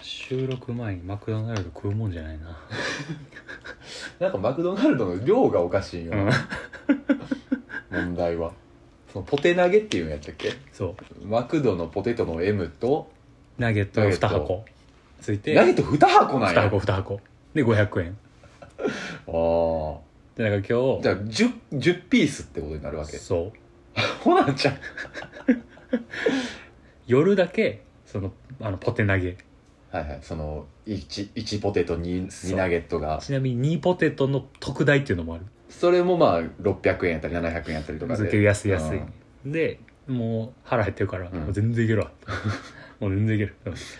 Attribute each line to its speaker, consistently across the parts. Speaker 1: 収録前にマクドナルド食うもんじゃないな
Speaker 2: なんかマクドナルドの量がおかしいよ、
Speaker 1: うん
Speaker 2: 問題はそのポテ投げっていうのやったっけ
Speaker 1: そう
Speaker 2: マクドのポテトの M と
Speaker 1: ナゲットが2箱つい
Speaker 2: ナ
Speaker 1: て
Speaker 2: ゲット2箱なんや
Speaker 1: 2箱2箱で500円
Speaker 2: あ
Speaker 1: でなんか今
Speaker 2: あじゃあ 10, 10ピースってことになるわ
Speaker 1: 日
Speaker 2: け
Speaker 1: そう
Speaker 2: ほなちゃん
Speaker 1: 夜だけそのあのポテ投げ
Speaker 2: はいはいその 1, 1ポテト 2,
Speaker 1: そう
Speaker 2: 2ナゲットが
Speaker 1: ちなみに2ポテトの特大っていうのもある
Speaker 2: それもまあ600円やったり700円やったりとか
Speaker 1: ずっと
Speaker 2: で
Speaker 1: 安い安い
Speaker 2: うん
Speaker 1: でもう腹減ってるから、
Speaker 2: うん
Speaker 1: もう全然い けるわもう全然いける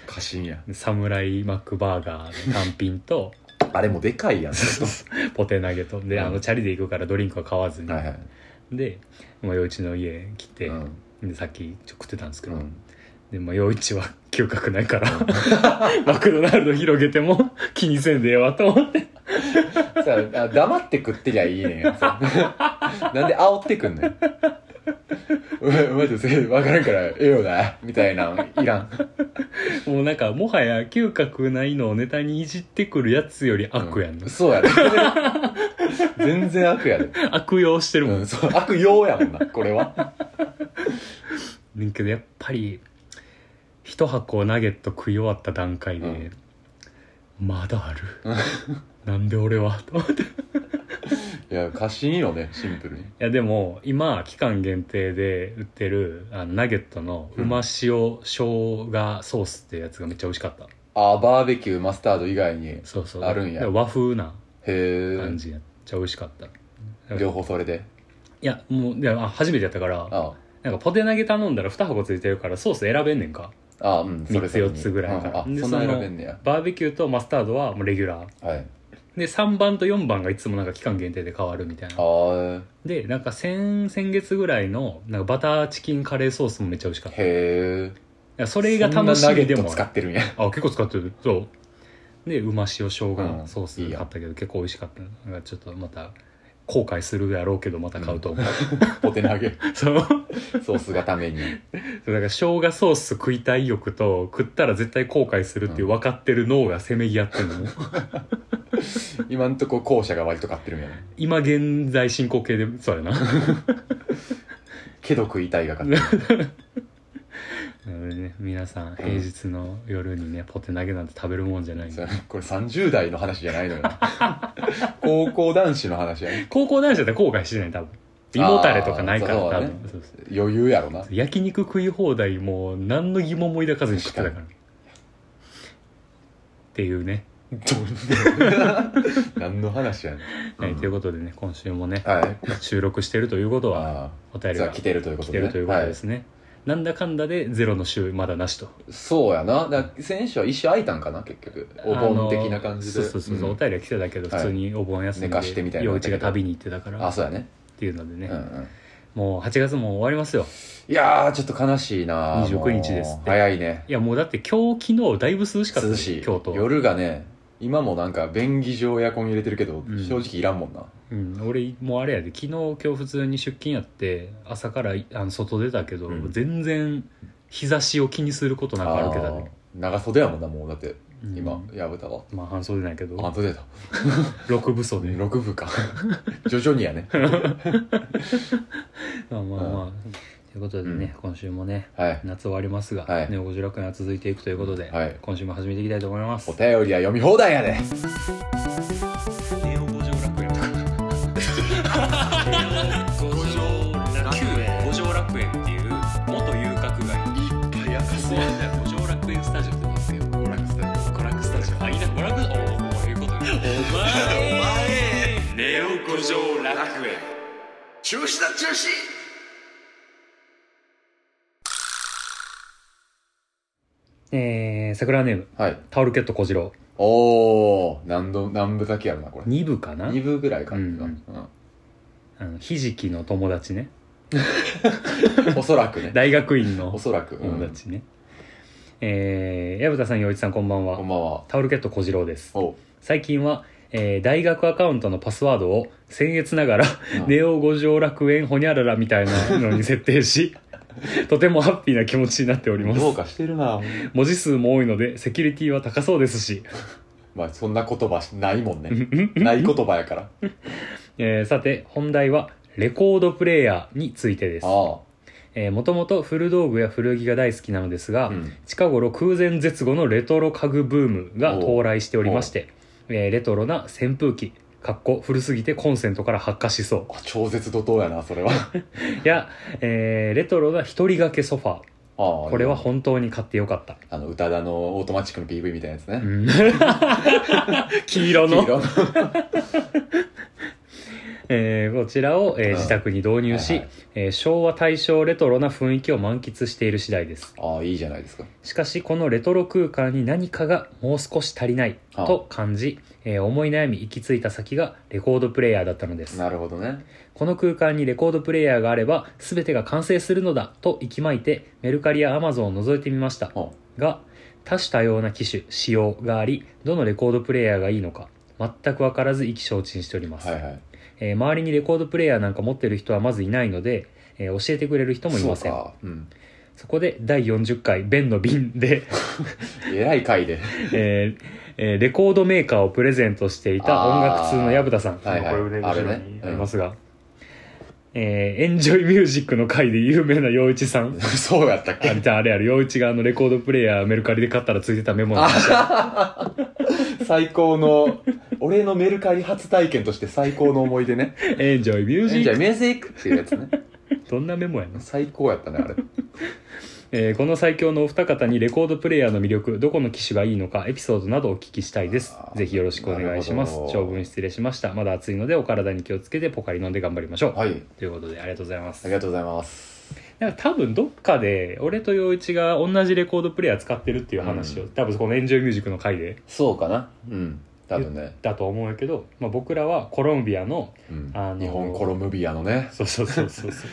Speaker 2: 過信や
Speaker 1: でサムライマックバーガーの単品と
Speaker 2: あれもでかいやんちょっ
Speaker 1: ポテ投げとで、
Speaker 2: うん
Speaker 1: あのチャリで行くからドリンクは買わずに、
Speaker 2: とはいはい
Speaker 1: で、まあ、陽一の家来て、
Speaker 2: うん
Speaker 1: でさっきちょ食ってたんですけ
Speaker 2: う
Speaker 1: ど、
Speaker 2: ん
Speaker 1: でまあ、陽一は嗅覚ないから マクドナルド広げても 気にせんでええわと思って
Speaker 2: さあ黙って食ってりゃいいねん やさなんで煽ってくんねんお前お前と分からんからええよなみたいなんいらん
Speaker 1: もうなんかもはや嗅覚ないのをネタにいじってくるやつより悪やんな、
Speaker 2: うんそうやね全然悪やで、
Speaker 1: 悪用してるもん、
Speaker 2: うん、そう悪用やもんなこれは
Speaker 1: だけどやっぱり一箱ナゲット食い終わった段階で、
Speaker 2: うん
Speaker 1: まだあるなんで俺はと思ってい
Speaker 2: いや過信よねシンプルに
Speaker 1: やでも今期間限定で売ってるあのナゲットのうま塩生姜ソースってやつがめっちゃ美味しかった、
Speaker 2: あバーベキューマスタード以外にへ
Speaker 1: そうそう
Speaker 2: あるんや
Speaker 1: 和風な感
Speaker 2: え
Speaker 1: じやめっちゃ美味しかったい
Speaker 2: 両方それで
Speaker 1: やもういやあ初めてやったから
Speaker 2: あ
Speaker 1: なんかポテ投げ頼んだら2箱ついてるからソース選べんねんか
Speaker 2: あああうんそれそれ
Speaker 1: 三
Speaker 2: に
Speaker 1: つ四つぐらいから
Speaker 2: うん
Speaker 1: で
Speaker 2: あそんな
Speaker 1: その
Speaker 2: 選べんねや
Speaker 1: バーベキューとマスタードはもうレギュラー
Speaker 2: はい
Speaker 1: で3番と4番がいつもなんか期間限定で変わるみたい
Speaker 2: あ
Speaker 1: な
Speaker 2: ー
Speaker 1: でなんか先先月ぐらいのなんかバターチキンカレーソースもめっちゃ美味しかったい
Speaker 2: へえ
Speaker 1: やそれが楽しみでもあ
Speaker 2: 使
Speaker 1: る
Speaker 2: ってるんや
Speaker 1: あ結構使ってるそうでうま塩生姜
Speaker 2: うん
Speaker 1: ソース
Speaker 2: いいや
Speaker 1: 買ったけど結構美味しかったなんかちょっとまた後悔するやろうけどまた買うと思う、
Speaker 2: ポテ投げ
Speaker 1: そうだか
Speaker 2: ソースがために
Speaker 1: ら生姜ソース食いたい欲と食ったら絶対後悔するっていう分かってる脳がせめぎ合ってるの も
Speaker 2: 今んとこ後者が割と買ってるんやね
Speaker 1: 今現在進行形でそう やな
Speaker 2: けど食いたいが買ってる
Speaker 1: なのでね皆さん平日の夜にねポテ投げなんて食べるもんじゃないん
Speaker 2: そ
Speaker 1: で
Speaker 2: れこれ30代の話じゃないのよ高校男子の話やね
Speaker 1: 高校男子だって後悔してない多分胃もたれとかないから
Speaker 2: あー
Speaker 1: 多分
Speaker 2: そうだね
Speaker 1: そうそう
Speaker 2: 余裕やろな
Speaker 1: 焼肉食い放題もう何の疑問も抱かずに食ってたからっていうね、
Speaker 2: 何の話やねん、
Speaker 1: はいということでね今週もね
Speaker 2: はい
Speaker 1: 収録してるということは
Speaker 2: あ
Speaker 1: お便
Speaker 2: あ
Speaker 1: り
Speaker 2: じゃあ
Speaker 1: が
Speaker 2: 来てるというこ
Speaker 1: 来
Speaker 2: と
Speaker 1: て
Speaker 2: で、
Speaker 1: るということです
Speaker 2: は
Speaker 1: ねなんだかんだでゼロの週まだなしと
Speaker 2: いそうやなだから先週は石空いたんかな結局お盆的な感じで
Speaker 1: あのそうそうそうそう、
Speaker 2: う
Speaker 1: お
Speaker 2: ん
Speaker 1: 便りは来てたけど
Speaker 2: はい
Speaker 1: 普通にお盆休み
Speaker 2: 寝かしてみたい
Speaker 1: で
Speaker 2: な
Speaker 1: 陽一が旅に行ってたから
Speaker 2: あ
Speaker 1: っ
Speaker 2: そうやね
Speaker 1: ていうのでね、
Speaker 2: うんうん
Speaker 1: もう8月も終わりますよ
Speaker 2: いやーちょっと悲しいな
Speaker 1: 29日ですって
Speaker 2: もう早いね
Speaker 1: いやもうだって今日昨日だいぶ涼しかった
Speaker 2: 涼
Speaker 1: ね
Speaker 2: しい
Speaker 1: 京都は、
Speaker 2: 夜がね今もなんか便宜上エアコン入れてるけど、
Speaker 1: ん
Speaker 2: 正直いらんもんな
Speaker 1: うん、俺もうあれやで昨日今日普通に出勤やって朝からいあの外出たけど、
Speaker 2: うん
Speaker 1: 全然日差しを気にすることなく歩けたね
Speaker 2: あー長袖やもんなもうだって
Speaker 1: うん
Speaker 2: 今矢蓋は
Speaker 1: まあ半袖ないけど
Speaker 2: 半袖だ
Speaker 1: 六分袖、
Speaker 2: 6 部か徐々にやね
Speaker 1: まあまあまあ、ということでね、今週もね
Speaker 2: はい
Speaker 1: 夏終わりますが、
Speaker 2: はい
Speaker 1: ネオゴジラ会は続いていくということで、
Speaker 2: はい
Speaker 1: 今週も始めていきたいと思います
Speaker 2: お便りは読み放題やね
Speaker 1: ネオ五条楽園とか五条楽園五条楽園っていう元遊郭街
Speaker 2: いや
Speaker 1: そうなんだよ五条楽園スタジオってますよ
Speaker 2: 娯楽スタジ
Speaker 1: 娯楽スタジオあいいな娯楽おおこういうことお前
Speaker 3: ネオ五条楽園中止だ中止
Speaker 1: えー、桜ネーム
Speaker 2: オはい
Speaker 1: タオルケット小次郎
Speaker 2: おお何度何部先やろなこれ
Speaker 1: 2部かな
Speaker 2: 2部ぐらいかな、
Speaker 1: うんあのひじきの友達ね
Speaker 2: うんおそら くね
Speaker 1: 大学院の
Speaker 2: おそらく、うん
Speaker 1: 友達ね、えー、矢蓋さん陽一さんこんばんは
Speaker 2: こんばんは
Speaker 1: タオルケット小次郎です
Speaker 2: お
Speaker 1: 最近は、えー大学アカウントのパスワードを僭越ながら、
Speaker 2: うん
Speaker 1: ネオ五条楽園ほにゃららみたいなのに設定しとてもハッピーな気持ちになっております
Speaker 2: どうかしてるなほんま
Speaker 1: 文字数も多いのでセキュリティは高そうですし、
Speaker 2: まあそんな言葉しないもんねない言葉や から
Speaker 1: えーさて本題はレコードプレイヤーについてです
Speaker 2: あ
Speaker 1: えーもともと古道具や古着が大好きなのですが、
Speaker 2: あうん
Speaker 1: 近頃空前絶後のレトロ家具ブームが到来しておりまして、えーレトロな扇風機かっこ古すぎてコンセントから発火しそ
Speaker 2: あ超絶怒涛やなそれは
Speaker 1: うや、えーレトロな一人掛けソファー
Speaker 2: ああ
Speaker 1: これは本当に買ってよかった、
Speaker 2: あの宇多田のオートマチックの PV みたいなやつ
Speaker 1: う
Speaker 2: ね、
Speaker 1: ん 黄色
Speaker 2: 黄
Speaker 1: の
Speaker 2: 色の
Speaker 1: えーこちらを、えー
Speaker 2: うん
Speaker 1: 自宅に導入し、
Speaker 2: はいはい
Speaker 1: えー昭和大正レトロな雰囲気を満喫している次第です
Speaker 2: ああいいじゃないですか
Speaker 1: しかしこのレトロ空間に何かがもう少し足りない
Speaker 2: あ
Speaker 1: と感じ、えー思い悩み行き着いた先がレコードプレイヤーだったのです
Speaker 2: なるほどね
Speaker 1: この空間にレコードプレイヤーがあれば全てが完成するのだと息巻いてメルカリやアマゾンを覗いてみました
Speaker 2: ほ
Speaker 1: が多種多様な機種仕様がありどのレコードプレイヤーがいいのか全く分からず意気消沈しております、
Speaker 2: はいはい
Speaker 1: えー周りにレコードプレイヤーなんか持ってる人はまずいないので、えー教えてくれる人もいません
Speaker 2: そう
Speaker 1: そ
Speaker 2: かうん
Speaker 1: こで第40回「弁の瓶」で、
Speaker 2: えらい回で
Speaker 1: えーえーレコードメーカーをプレゼントしていた音楽通の薮田さん、
Speaker 2: はいはい
Speaker 1: これね
Speaker 2: あれね
Speaker 1: 後ろにありますが、えーエンジョイミュージックの回で有名な陽一さ ん
Speaker 2: そうやったっ
Speaker 1: あ
Speaker 2: け
Speaker 1: じゃああれある陽一があのレコードプレイヤーメルカリで買ったらついてたメモなんです
Speaker 2: 最高の俺のメルカリ初体験として最高の思い 出ね
Speaker 1: エンジョイミュージ
Speaker 2: じゃ
Speaker 1: ッ
Speaker 2: あメズイクっていうやつね
Speaker 1: クどんなメモやな
Speaker 2: 最高やったねあれ
Speaker 1: えーこの最強のお二方にレコードプレイヤーの魅力どこの機種がいいのかエピソードなどお聞きしたいです
Speaker 2: あー
Speaker 1: ぜひよろしくお願いします
Speaker 2: なるほど
Speaker 1: 長文失礼しましたまだ暑いのでお体に気をつけてポカリ飲んで頑張りましょう、
Speaker 2: はい
Speaker 1: ということでありがとうございま
Speaker 2: あ
Speaker 1: す
Speaker 2: りがとうございます
Speaker 1: なんか多分どっかで俺と陽一が同じレコードプレイヤー使ってるっていう話を、
Speaker 2: うん
Speaker 1: 多分この「エンジョイミュージック」の回で
Speaker 2: そうかなうん多分ね、
Speaker 1: だと思うんやけど、まあ、僕らはコロンビアの
Speaker 2: うん
Speaker 1: あのー
Speaker 2: 日本コロムビアのね
Speaker 1: そうそうそうそうそう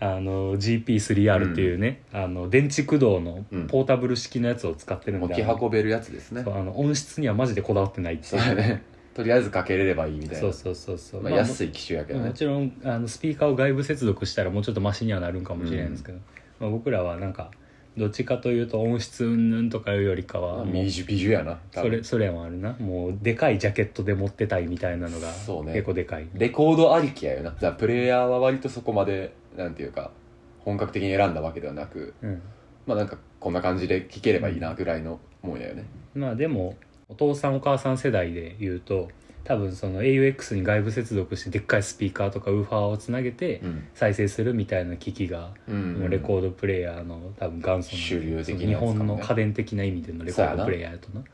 Speaker 1: あの GP3R っていうね、あの電池駆動のポータブル式のやつを使ってるんで、
Speaker 2: 持ち
Speaker 1: あの
Speaker 2: 運べるやつですね
Speaker 1: そうあの音質にはマジでこだわってないって
Speaker 2: そ
Speaker 1: いうう
Speaker 2: やね とりあえずかけれればいいみたいな
Speaker 1: そうそうそうそう、
Speaker 2: まあ、
Speaker 1: まあ
Speaker 2: 安い機種やけど
Speaker 1: も
Speaker 2: ね
Speaker 1: もちろんあのスピーカーを外部接続したらもうちょっとマシにはなるんかもしれないんですけど、まあ、僕らはなんかどっちかというと音質うんぬんとかいうよりかはもう
Speaker 2: ミジュビジュやな多
Speaker 1: そ
Speaker 2: 分
Speaker 1: れそれもあるなもうでかいジャケットで持ってたいみたいなのが
Speaker 2: そうね
Speaker 1: 結構でかい、
Speaker 2: レコードありきやよなだからプレイヤーは割とそこまでなんていうか本格的に選んだわけではなく
Speaker 1: うん、
Speaker 2: まあなんかこんな感じで聴ければいいなぐらいのもんやよね
Speaker 1: まあでもお父さんお母さん世代で言うと多分その AUX に外部接続してでっかいスピーカーとかウーファーをつなげて
Speaker 2: うん、
Speaker 1: 再生するみたいな機器が
Speaker 2: うん
Speaker 1: もうレコードプレイヤーの多分元祖の
Speaker 2: 主流的な
Speaker 1: 日
Speaker 2: やつかもね
Speaker 1: 本の家電的な意味でのレコードプレイヤーやとな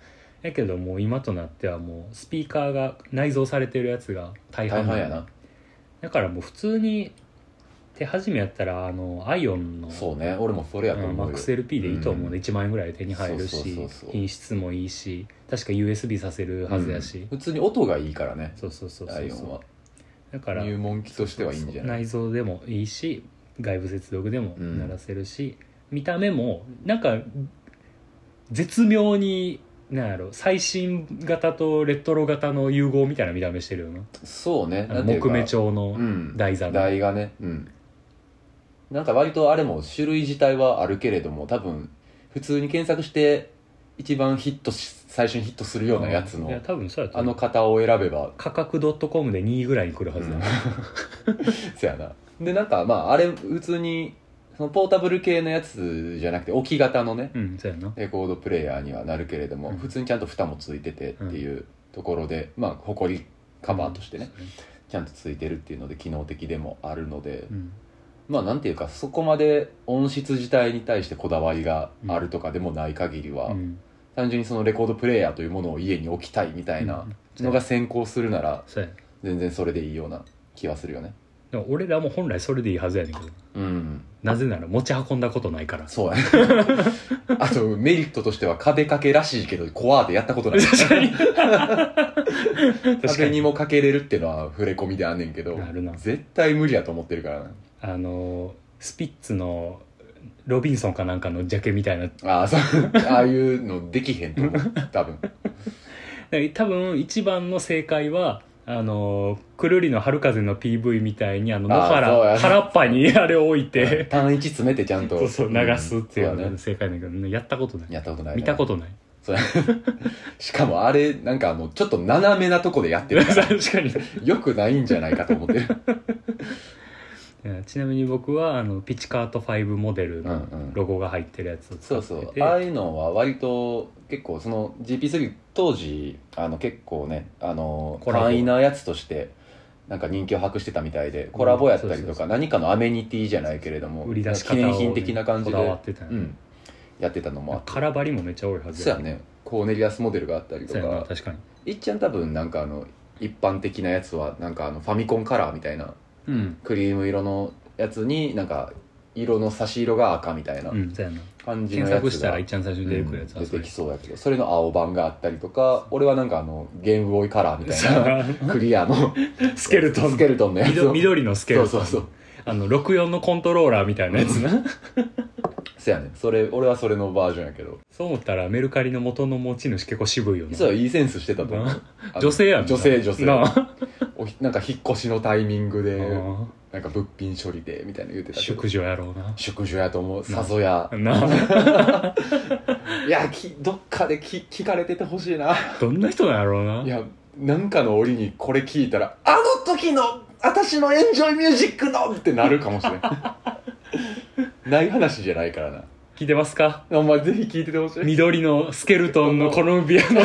Speaker 1: やけどもう今となってはもうスピーカーが内蔵されてるやつが大
Speaker 2: 大
Speaker 1: 半
Speaker 2: 半やな
Speaker 1: だからもう普通に手始めやったらあのアイオンの
Speaker 2: そうね俺もそれやと
Speaker 1: うん
Speaker 2: 思
Speaker 1: マ
Speaker 2: う
Speaker 1: ッ
Speaker 2: よ
Speaker 1: クス LP でいいと思うの、
Speaker 2: うん
Speaker 1: 1万円ぐらいで手に入るし
Speaker 2: そうそうそうそう
Speaker 1: 品質もいいし確か USB させるはずやし、
Speaker 2: うん普通に音がいいからね
Speaker 1: そうそうそうそ
Speaker 2: ラ
Speaker 1: う
Speaker 2: イオンは
Speaker 1: だから
Speaker 2: 入門機としてはいいんじゃない
Speaker 1: 内蔵でもいいし外部接続でも
Speaker 2: うん
Speaker 1: 鳴らせるし、見た目もなんか絶妙になんやろ最新型とレトロ型の融合みたいな見た目してるよな
Speaker 2: そうね
Speaker 1: あの
Speaker 2: なんていうか
Speaker 1: 木目調の
Speaker 2: うん
Speaker 1: 台座の、
Speaker 2: 台がねうんなんか割とあれも種類自体はあるけれども多分普通に検索して一番ヒットし最初にヒットするようなやつの
Speaker 1: いや多分そうやと
Speaker 2: あ
Speaker 1: 思
Speaker 2: の
Speaker 1: う
Speaker 2: 型を選べば
Speaker 1: 価格 .com で2位ぐらいに来るはずだ、
Speaker 2: うん そやなでなんかまああれ普通にそのポータブル系のやつじゃなくて置き型のね
Speaker 1: うん、そうやな
Speaker 2: レコードプレイヤーにはなるけれども、
Speaker 1: うん
Speaker 2: 普通にちゃんと蓋もついててっていうところで、まあほこりカバーとしてね、ちゃんとついてるっていうので機能的でもあるので、
Speaker 1: うん
Speaker 2: まあなんていうかそこまで音質自体に対してこだわりがあるとかでもない限りは、
Speaker 1: うん
Speaker 2: 単純にそのレコードプレイヤーというものを家に置きたいみたいなのが先行するなら
Speaker 1: そうや
Speaker 2: 全然それでいいような気はするよね
Speaker 1: でも俺らも本来それでいいはずやねんけど
Speaker 2: うん
Speaker 1: なぜなら持ち運んだことない から
Speaker 2: そうやねあとメリットとしては壁掛けらしいけど怖ってやったことない壁にもかけれるっていうのは触れ込みであんねんけど
Speaker 1: あるな
Speaker 2: 絶対無理やと思ってるからな
Speaker 1: あのスピッツのロビンソンかなんかのジャケみたいな
Speaker 2: ああそうああ いうのできへんと思う多分
Speaker 1: 多分一番の正解はあのくるりの春風の PV みたいにあの野
Speaker 2: あーそう
Speaker 1: 原
Speaker 2: や
Speaker 1: 原っぱに あれを置いて
Speaker 2: 単一詰めてちゃんと
Speaker 1: そうそう流すっていう
Speaker 2: う
Speaker 1: の
Speaker 2: んそうだ
Speaker 1: が
Speaker 2: ね
Speaker 1: 正解なんだけど、ねやったことない
Speaker 2: やったことないね
Speaker 1: 見たことない
Speaker 2: そう しかもあれなんかあのちょっと斜めなとこでやって るから
Speaker 1: 確かに
Speaker 2: よくないんじゃないかと思って る
Speaker 1: えーちなみに僕はあのピチカート5モデルの
Speaker 2: うんうん
Speaker 1: ロゴが入ってるやつを使
Speaker 2: そう
Speaker 1: ってて、
Speaker 2: そうああいうのは割と結構その GP3 当時あの結構ねあの
Speaker 1: コラボ
Speaker 2: 簡易なやつとしてなんか人気を博してたみたいでコラボやった
Speaker 1: う
Speaker 2: り
Speaker 1: んそう
Speaker 2: と
Speaker 1: そうそ
Speaker 2: か何かのアメニティじゃないけれども
Speaker 1: 売り出し方を
Speaker 2: 記
Speaker 1: ね、
Speaker 2: 念品的な感じ
Speaker 1: こだわ
Speaker 2: で
Speaker 1: ってたよ
Speaker 2: う
Speaker 1: ね
Speaker 2: んやってたのもあって
Speaker 1: 空張りもめっちゃ多いはず
Speaker 2: そうやねコーネリアスモデルがあったりと
Speaker 1: そうやな
Speaker 2: か
Speaker 1: 確かに
Speaker 2: いっちゃん多分なんかあの一般的なやつはなんかあのファミコンカラーみたいな
Speaker 1: うん
Speaker 2: クリーム色のやつになんか色の差し色が赤みたいな
Speaker 1: うんそうやな
Speaker 2: 感じ
Speaker 1: 検
Speaker 2: のやつが
Speaker 1: 索したら一番最初に出てくるやつ
Speaker 2: う
Speaker 1: は
Speaker 2: ん
Speaker 1: そ
Speaker 2: 出
Speaker 1: れ
Speaker 2: てきそうやけどそれの青版があったりとか俺はなんかあのゲームボーイカラーみたいなクリアの
Speaker 1: スケルトン
Speaker 2: スケルトンのやつ
Speaker 1: 緑
Speaker 2: を
Speaker 1: 緑のスケルトン
Speaker 2: そうそうそう
Speaker 1: あの64のコントローラーみたいなやつな
Speaker 2: そやねそれ俺はそれのバージョンやけど
Speaker 1: そう思ったらメルカリの元の持ち主結構渋いよね
Speaker 2: 実はいいセンスしてたと思う
Speaker 1: な
Speaker 2: あの
Speaker 1: 女性やん
Speaker 2: 女性女性
Speaker 1: なあ
Speaker 2: おひなんか引っ越しのタイミングで
Speaker 1: うん
Speaker 2: なんか物品処理でみたいな言ってたけど
Speaker 1: 淑女やろうな
Speaker 2: 宿女やと思うさぞや
Speaker 1: なあ
Speaker 2: いやきどっかでき聞かれててほしいな
Speaker 1: どんな人なんやろうない
Speaker 2: やなんかの折にこれ聞いたら「あの時の私のエンジョイミュージックの!」ってなるか もしれんない話じゃないからな
Speaker 1: 聞いてますか
Speaker 2: お前ぜひ聞いててほしい
Speaker 1: 緑のスケルトンのコロンビア の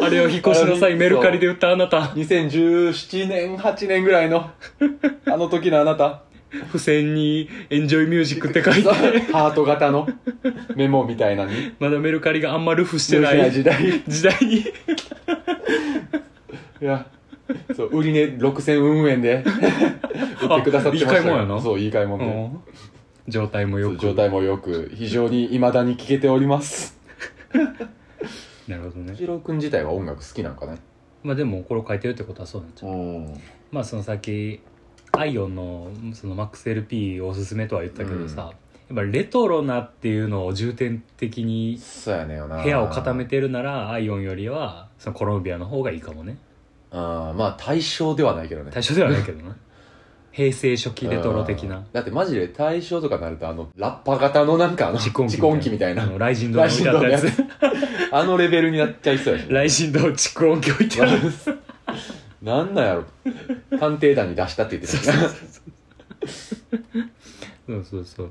Speaker 1: あれを引っ越しの際メルカリで売ったあなた
Speaker 2: 2017年8年ぐらいのあの時のあなた
Speaker 1: 付箋に「エンジョイミュージック」って書い
Speaker 2: そう
Speaker 1: て
Speaker 2: ハート型のメモみたいなのに
Speaker 1: まだメルカリがあんまルフしてない
Speaker 2: 時代い
Speaker 1: 時代 に
Speaker 2: やそう売り値6000運 円で売ってくださってました
Speaker 1: あ
Speaker 2: よ
Speaker 1: いい買い物やな
Speaker 2: そういい買い物で、
Speaker 1: 状態もよく
Speaker 2: 状態もよく非常に未だに聞けております
Speaker 1: なるほどね
Speaker 2: 一郎君自体は音楽好きなんかね
Speaker 1: まあでもこれを書いてるってことはそうなんちゃう、
Speaker 2: ん
Speaker 1: まあその先アイオンのその MAXLP おすすめとは言ったけどさ、やっぱレトロなっていうのを重点的に
Speaker 2: そうやねんよな
Speaker 1: 部屋を固めてるならアイオンよりはそのコロンビアの方がいいかもね
Speaker 2: あーまあ対象ではないけどね
Speaker 1: 対象ではないけどな平成初期レトロ的
Speaker 2: うん
Speaker 1: な
Speaker 2: だってマジで対象とかなるとあのラッパ型のなんかあの
Speaker 1: 自婚
Speaker 2: 自婚機みたいな
Speaker 1: あの雷神堂に置いてあったや
Speaker 2: 雷
Speaker 1: つ
Speaker 2: あのレベルになっちゃいそうやし
Speaker 1: 雷神堂蓄音機置いてある
Speaker 2: なんなんやろ探偵団に出したって言ってた
Speaker 1: そうそうそうそう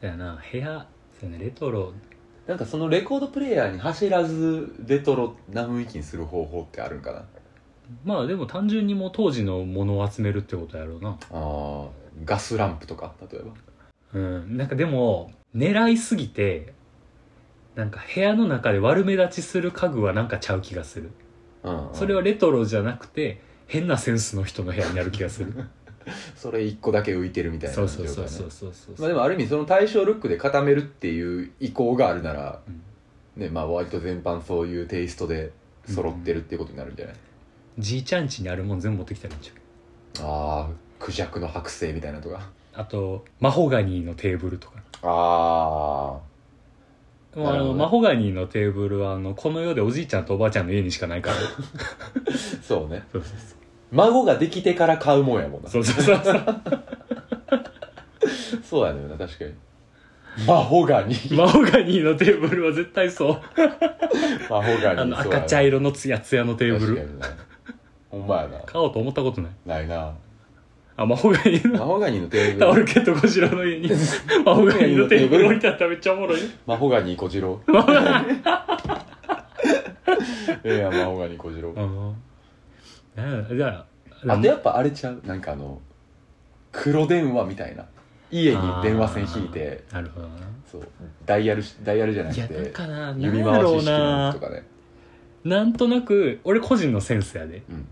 Speaker 1: やな部屋そうやねレトロ
Speaker 2: なんかそのレコードプレイヤーに走らずレトロな雰囲気にする方法ってあるんかな
Speaker 1: まあでも単純にもう当時のものを集めるってことやろうな
Speaker 2: あーガスランプとか例えば
Speaker 1: うんなんかでも狙いすぎてなんか部屋の中で悪目立ちする家具はなんかちゃう気がする
Speaker 2: うんうん
Speaker 1: それはレトロじゃなくて変なセンスの人の部屋になる気がする
Speaker 2: それ一個だけ浮いてるみたいな
Speaker 1: そ
Speaker 2: 状
Speaker 1: う
Speaker 2: 態ね
Speaker 1: そうそうそうそうそう
Speaker 2: まあ、でもある意味その対象ルックで固めるっていう意向があるなら、
Speaker 1: うん
Speaker 2: ねまあ、割と全般そういうテイストで揃ってるっていうことになるんじゃない、
Speaker 1: じいちゃん家にあるもん全部持ってきたらいいんちゃう
Speaker 2: ああクジャクの剥製みたいなとか
Speaker 1: あとマホガニーのテーブルとか
Speaker 2: あ
Speaker 1: もうあ
Speaker 2: なるほ
Speaker 1: の
Speaker 2: どね
Speaker 1: マホガニーのテーブルはあのこの世でおじいちゃんとおばあちゃんの家にしかないから
Speaker 2: あそうね
Speaker 1: そうそう
Speaker 2: 孫ができてから買うもんやもんな
Speaker 1: そうそうそうそう
Speaker 2: そうやねんな確かに魔法ガニ
Speaker 1: マホガニーのテーブルは絶対そう
Speaker 2: 魔法ガ ニ
Speaker 1: あの
Speaker 2: そう
Speaker 1: 赤
Speaker 2: やな
Speaker 1: 茶色のツヤツヤのテーブ
Speaker 2: 確か
Speaker 1: ル
Speaker 2: になほんまやな
Speaker 1: 買おうと思ったことない
Speaker 2: ないな
Speaker 1: あマホガニー
Speaker 2: 魔
Speaker 1: の
Speaker 2: 法ガニのテー
Speaker 1: タオ
Speaker 2: ブ
Speaker 1: ル
Speaker 2: ル
Speaker 1: ケットゴジラの 家にマホガニーのテーブル置いてあったらめっちゃおもろい
Speaker 2: 魔法ガニ小次郎 ええやん魔法ガニ小次郎
Speaker 1: うんなんやじゃあ
Speaker 2: あとやっぱあれちゃうなんかあの黒電話みたいな家に電話線引いて
Speaker 1: あーなるほどな
Speaker 2: そうダイヤルしダイヤルじゃない
Speaker 1: や
Speaker 2: く
Speaker 1: なん
Speaker 2: て
Speaker 1: かな
Speaker 2: 指
Speaker 1: 何だ
Speaker 2: 回
Speaker 1: ろ
Speaker 2: し
Speaker 1: う
Speaker 2: 式のやつ
Speaker 1: な
Speaker 2: とかね
Speaker 1: なんとなく俺個人のセンスやで
Speaker 2: うん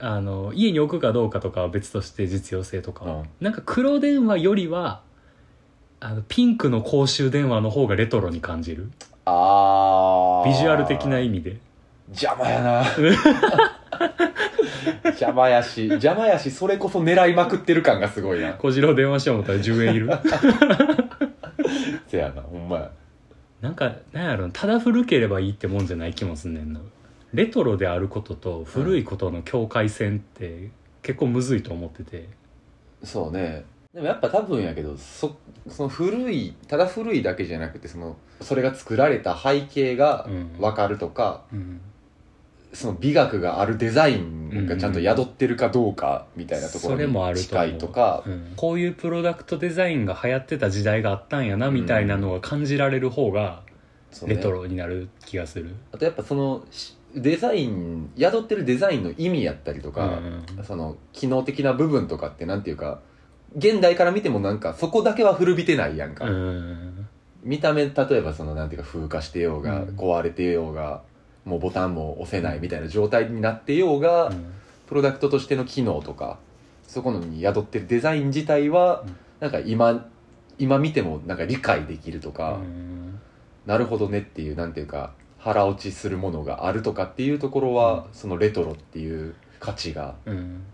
Speaker 1: あの家に置くかどうかとかは別として実用性とかは、
Speaker 2: うん
Speaker 1: なんか黒電話よりはあのピンクの公衆電話の方がレトロに感じる
Speaker 2: あー
Speaker 1: ビジュアル的な意味で
Speaker 2: 邪魔 やな邪魔やし邪魔やしそれこそ狙いまくってる感がすごいな
Speaker 1: 小次郎電話しよう思ったら10円いる
Speaker 2: せやなほんまや
Speaker 1: なんかなんやろなただ古ければいいってもんじゃない気もすんねんなレトロであることと古いことの境界線って結構むずいと思ってて
Speaker 2: そうねでもやっぱ多分やけどそその古いただ古いだけじゃなくてそのそれが作られた背景が
Speaker 1: うん
Speaker 2: 分かるとか、
Speaker 1: うん
Speaker 2: その美学があるデザインがちゃんと宿ってるかどうかみたいなとこ
Speaker 1: それも
Speaker 2: ろ
Speaker 1: あ
Speaker 2: に
Speaker 1: ると
Speaker 2: 近
Speaker 1: 思う
Speaker 2: いとか
Speaker 1: うんこういうプロダクトデザインが流行ってた時代があったんやなみたいなのが感じられる方が
Speaker 2: そうね
Speaker 1: レトロになる気がする、
Speaker 2: あとやっぱそのしデザイン宿ってるデザインの意味やったりと
Speaker 1: うんう
Speaker 2: か、
Speaker 1: ん
Speaker 2: その機能的な部分とかってなんていうか現代から見てもなんかそこだけは古びてないやんか、
Speaker 1: うん
Speaker 2: 見た目例えばそのなんていうか風化してようが、
Speaker 1: うん
Speaker 2: 壊れてようがもうボタンも押せないみたいな状態になってようが、
Speaker 1: うん
Speaker 2: プロダクトとしての機能とかそこのに宿ってるデザイン自体は、
Speaker 1: うん
Speaker 2: なんか今今見てもなんか理解できるとか、
Speaker 1: うん
Speaker 2: なるほどねっていうなんていうか腹落ちするものがあるとかっていうところは、そのレトロっていう価値が
Speaker 1: うん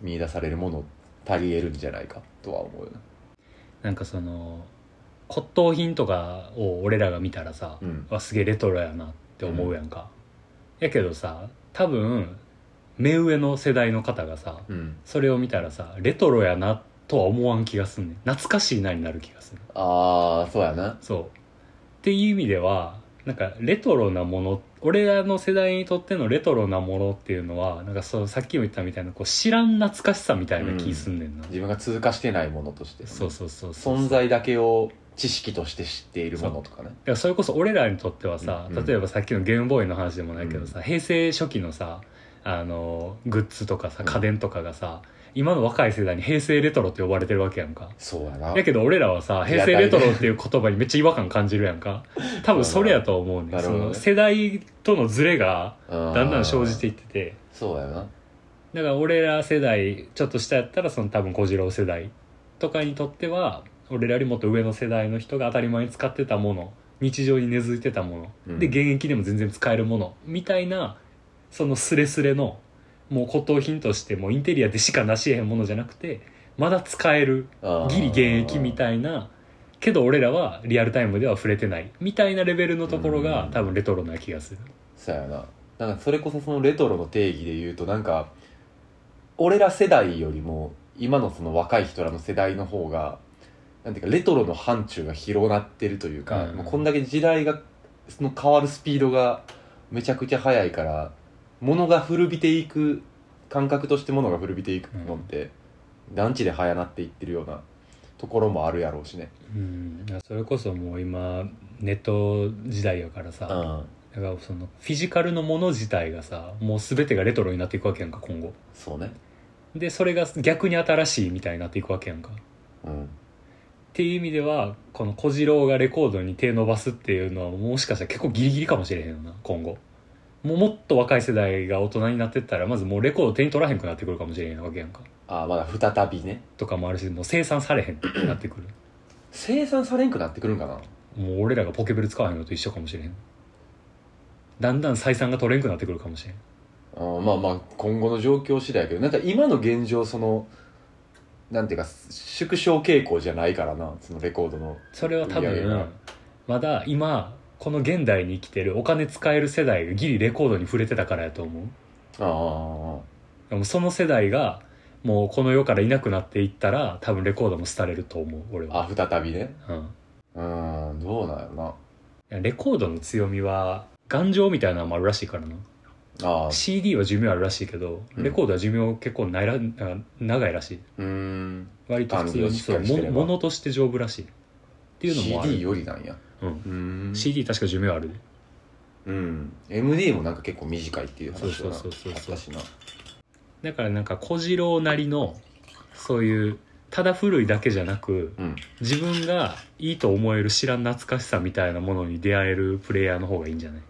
Speaker 2: 見出されるもの足りえるんじゃないかとは思うよな
Speaker 1: なんかその骨董品とかを俺らが見たらさ、
Speaker 2: うん
Speaker 1: あすげえレトロやなって思うやんか、やけどさ多分目上の世代の方がさ
Speaker 2: うん
Speaker 1: それを見たらさレトロやなとは思わん気がすんねん懐かしいなになる気がする
Speaker 2: ああそうやな
Speaker 1: そうっていう意味ではなんかレトロなもの俺らの世代にとってのレトロなものっていうのはなんかそうさっきも言ったみたいなこう知らん懐かしさみたいな気すんねんな、
Speaker 2: 自分が通過してないものとして、
Speaker 1: そうそうそうそう
Speaker 2: 存在だけを知識として知っているものとかね
Speaker 1: だからそれこそ俺らにとってはさ、
Speaker 2: うん
Speaker 1: 例えばさっきのゲームボーイの話でもないけどさ、平成初期のさあのグッズとかさ
Speaker 2: うん
Speaker 1: 家電とかがさ、今の若い世代に平成レトロって呼ばれてるわけやんか
Speaker 2: そうやな
Speaker 1: やけど俺らはさ平成レトロっていう言葉にめっちゃ違和感感じるやん か多分それやと思うね
Speaker 2: なる
Speaker 1: そ
Speaker 2: ほどね
Speaker 1: の世代とのズレがだ
Speaker 2: だ
Speaker 1: んだん生じていってて
Speaker 2: そうやな
Speaker 1: だから俺ら世代ちょっと下やったらその多分小次郎世代とかにとっては俺らよりもっと上の世代の人が当たり前に使ってたもの日常に根付いてたもの、
Speaker 2: うん
Speaker 1: で現役でも全然使えるものみたいなそのスレスレのもう骨董品としてもうインテリアでしかなしえへんものじゃなくてまだ使える
Speaker 2: あー
Speaker 1: ギリ現役みたいなけど俺らはリアルタイムでは触れてないみたいなレベルのところが
Speaker 2: うん
Speaker 1: 多分レトロな気がする。
Speaker 2: そうやななんかそれこそそのレトロの定義で言うとなんか俺ら世代よりも今のその若い人らの世代の方がなんていうかレトロの範疇が広がってるというか、
Speaker 1: うん
Speaker 2: もうこんだけ時代がその変わるスピードがめちゃくちゃ速いから物が古びていく感覚として物が古びていくのって、団地で早なっていってるようなところもあるやろうしね。
Speaker 1: うん、それこそもう今ネット時代やからさ、
Speaker 2: うん、
Speaker 1: だからそのフィジカルのもの自体がさもう全てがレトロになっていくわけやんか今後
Speaker 2: そうね、
Speaker 1: でそれが逆に新しいみたいになっていくわけやんかっ
Speaker 2: うん、
Speaker 1: ていう意味ではこの小次郎がレコードに手伸ばすっていうのはもしかしたら結構ギリギリかもしれへんよな今後もうもっと若い世代が大人になってったらまずもうレコード手に取らへんくなってくるかもしれへんわけやんか
Speaker 2: ああまだ再びね
Speaker 1: とかもあるしもう生産されへんってなってくる
Speaker 2: 生産されんくなってくるんかな
Speaker 1: もう俺らがポケベル使わへんのと一緒かもしれんだんだん採算が取れんくなってくるかもしれん
Speaker 2: あーまあまあ今後の状況次第やけどなんか今の現状そのなんていうか縮小傾向じゃないからなそのレコードの
Speaker 1: それは多
Speaker 2: いやいや
Speaker 1: 分まだ今この現代に生きてるお金使える世代がギリレコードに触れてたからやと思う
Speaker 2: あ
Speaker 1: でもその世代がもうこの世からいなくなっていったら多分レコードも廃れると思う俺は、
Speaker 2: ああ再びね
Speaker 1: うん
Speaker 2: うーんどうなんやろな
Speaker 1: レコードの強みは頑丈みたいなのもあるらしいからな
Speaker 2: ああ
Speaker 1: CD は寿命あるらしいけど
Speaker 2: うん
Speaker 1: レコードは寿命結構ないらなんか長いらしいう
Speaker 2: ーん
Speaker 1: 割と普通
Speaker 2: あの
Speaker 1: に
Speaker 2: しっ
Speaker 1: そ
Speaker 2: か
Speaker 1: う
Speaker 2: りしてれば
Speaker 1: ものとして丈夫らしいっていうのもある
Speaker 2: CD よりなんや
Speaker 1: うん
Speaker 2: うーん
Speaker 1: CD 確か寿命あるで
Speaker 2: うん、MD もなんか結構短いっていう話だな
Speaker 1: そうそうそうそうそう
Speaker 2: あったしな
Speaker 1: だからなんか小次郎なりのそういうただ古いだけじゃなく
Speaker 2: うん
Speaker 1: 自分がいいと思える知らん懐かしさみたいなものに出会えるプレイヤーの方がいいんじゃない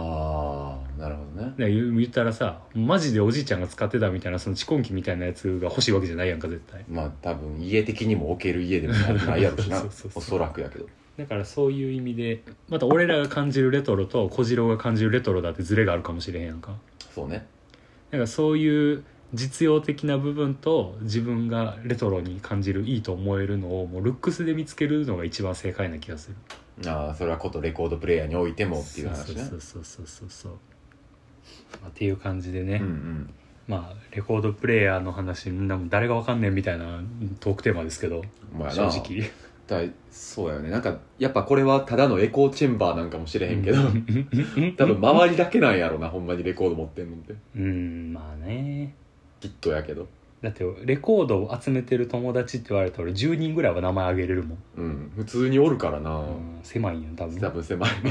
Speaker 2: ああなるほどね
Speaker 1: だから言う言ったらさマジでおじいちゃんが使ってたみたいなその蓄音機みたいなやつが欲しいわけじゃないやんか絶対
Speaker 2: まあ多分家的にも置ける家でもないやろし な
Speaker 1: そうそうそう
Speaker 2: おそらくやけど
Speaker 1: だからそういう意味でまた俺らが感じるレトロと小次郎が感じるレトロだってズレがあるかもしれへんやんか
Speaker 2: そうね
Speaker 1: なんかそういう実用的な部分と自分がレトロに感じるいいと思えるのをもうルックスで見つけるのが一番正解な気がする
Speaker 2: ああそれはことレコードプレイヤーにおいてもっていう話ね
Speaker 1: そうそうそうそうそうそうまあっていう感じでね、
Speaker 2: うんうん
Speaker 1: まあレコードプレーヤーの話なんか誰がわかんねんみたいなトークテーマですけど
Speaker 2: お前
Speaker 1: 正
Speaker 2: な
Speaker 1: 直
Speaker 2: だいそうやよねなんかやっぱこれはただのエコーチェンバーなんかもしれへんけど 多分周りだけなんやろなほんまにレコード持ってんのって
Speaker 1: うんまあね
Speaker 2: きっとやけど
Speaker 1: だってレコードを集めてる友達って言われたら俺10人ぐらいは名前あげれるもん、
Speaker 2: うん普通におるからな、
Speaker 1: うん狭いんや多分
Speaker 2: 多分狭い
Speaker 1: う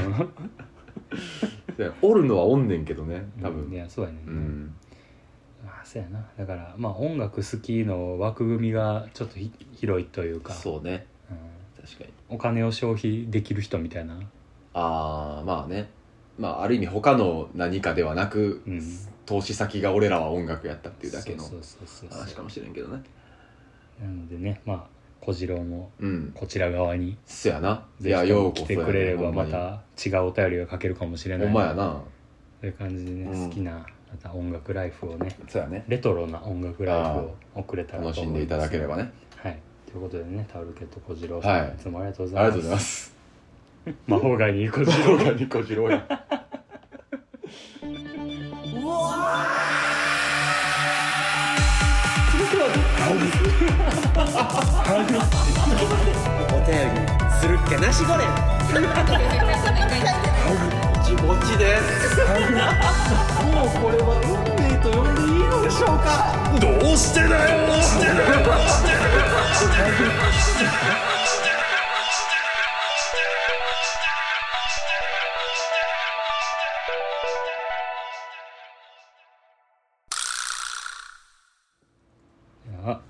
Speaker 1: ん
Speaker 2: おるのはおんねんけどね多分
Speaker 1: いやそうやね、
Speaker 2: うん
Speaker 1: まあそうやなだからまあ音楽好きの枠組みがちょっとひ広いというか
Speaker 2: そうね
Speaker 1: うん
Speaker 2: 確かに
Speaker 1: お金を消費できる人みたいな
Speaker 2: ああまあねまあある意味他の何かではなく、
Speaker 1: うん
Speaker 2: 投資先が俺らは音楽やったっていうだけの
Speaker 1: そうそうそうそう
Speaker 2: 話かもしれんけどね
Speaker 1: なのでねまあ小次郎も
Speaker 2: うん
Speaker 1: こちら側に
Speaker 2: そやない
Speaker 1: ぜ
Speaker 2: や
Speaker 1: ひ
Speaker 2: よ
Speaker 1: と
Speaker 2: う
Speaker 1: も
Speaker 2: こ
Speaker 1: 来
Speaker 2: そ
Speaker 1: て
Speaker 2: やね
Speaker 1: くれれば
Speaker 2: ほん
Speaker 1: ま
Speaker 2: に
Speaker 1: た違うお便りが書けるかもしれな
Speaker 2: ほ
Speaker 1: い
Speaker 2: んまやな
Speaker 1: という感じでね、
Speaker 2: うん
Speaker 1: 好きなまた音楽ライフをね
Speaker 2: そうやね
Speaker 1: レトロな音楽ライフを送れたら
Speaker 2: 楽
Speaker 1: と
Speaker 2: しん
Speaker 1: 思
Speaker 2: で
Speaker 1: い
Speaker 2: いた
Speaker 1: ま
Speaker 2: だ
Speaker 1: す
Speaker 2: ければね
Speaker 1: はいということでねタオルケット小次郎さん、
Speaker 2: はい
Speaker 1: い、つもありがとうご
Speaker 2: あ
Speaker 1: ざ
Speaker 2: り
Speaker 1: い
Speaker 2: が
Speaker 1: ま
Speaker 2: とう
Speaker 1: す
Speaker 2: ございます
Speaker 1: 魔法界にいい小次 郎
Speaker 2: 動画にこじろうや
Speaker 3: するっけなしゴレンぼちですもうこれは運命と呼んでいいのでしょうかどうしてだよどうしてだよどうしてだよどうしてだよ
Speaker 1: あ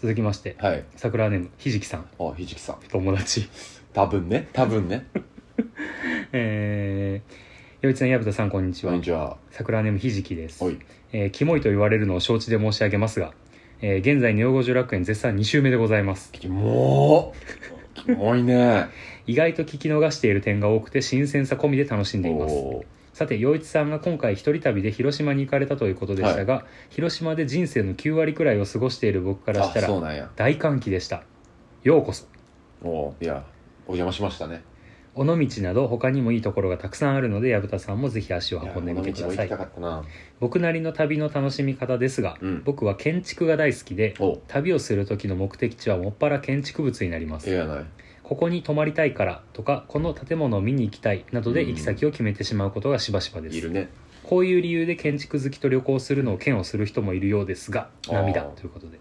Speaker 1: 続きまして
Speaker 2: はい
Speaker 1: 桜ネームひじきさん
Speaker 2: あひじきさん
Speaker 1: 友達
Speaker 2: 多分ね多分ね
Speaker 1: えー、よいちさん矢蓋さんこんにち
Speaker 2: こ
Speaker 1: は
Speaker 2: んにちは
Speaker 1: 桜ネームひじきです
Speaker 2: おい
Speaker 1: えーキモいと言われるのを承知で申し上げますが、えー現在ネオ五十楽園絶賛2週目でございます
Speaker 2: キモーキモいね
Speaker 1: 意外と聞き逃している点が多くて新鮮さ込みで楽しんでいます
Speaker 2: おー
Speaker 1: さて陽一さんが今回一人旅で広島に行かれたということでしたが、広島で人生の9割くらいを過ごしている僕から
Speaker 2: あ
Speaker 1: したら
Speaker 2: そうなんや
Speaker 1: 大歓喜でしたようこそ
Speaker 2: おーいやお邪魔しましたね
Speaker 1: 尾道など他にもいいところがたくさんあるので薮田さんもぜひ足を
Speaker 2: いや
Speaker 1: 運んでみてくだ
Speaker 2: この道も
Speaker 1: さ
Speaker 2: 行き
Speaker 1: い
Speaker 2: たかったな
Speaker 1: 僕なりの旅の楽しみ方ですが、
Speaker 2: うん
Speaker 1: 僕は建築が大好きで
Speaker 2: お
Speaker 1: 旅をする時の目的地はもっぱら建築物になりま
Speaker 2: ええ
Speaker 1: す
Speaker 2: やない
Speaker 1: ここに泊まりたいからとかこの建物を見に行きたいなどで行き先を決めてしまうことがしばしばです
Speaker 2: いるね
Speaker 1: こういう理由で建築好きと旅行するのを嫌悪する人もいるようですが
Speaker 2: あー
Speaker 1: 涙ということで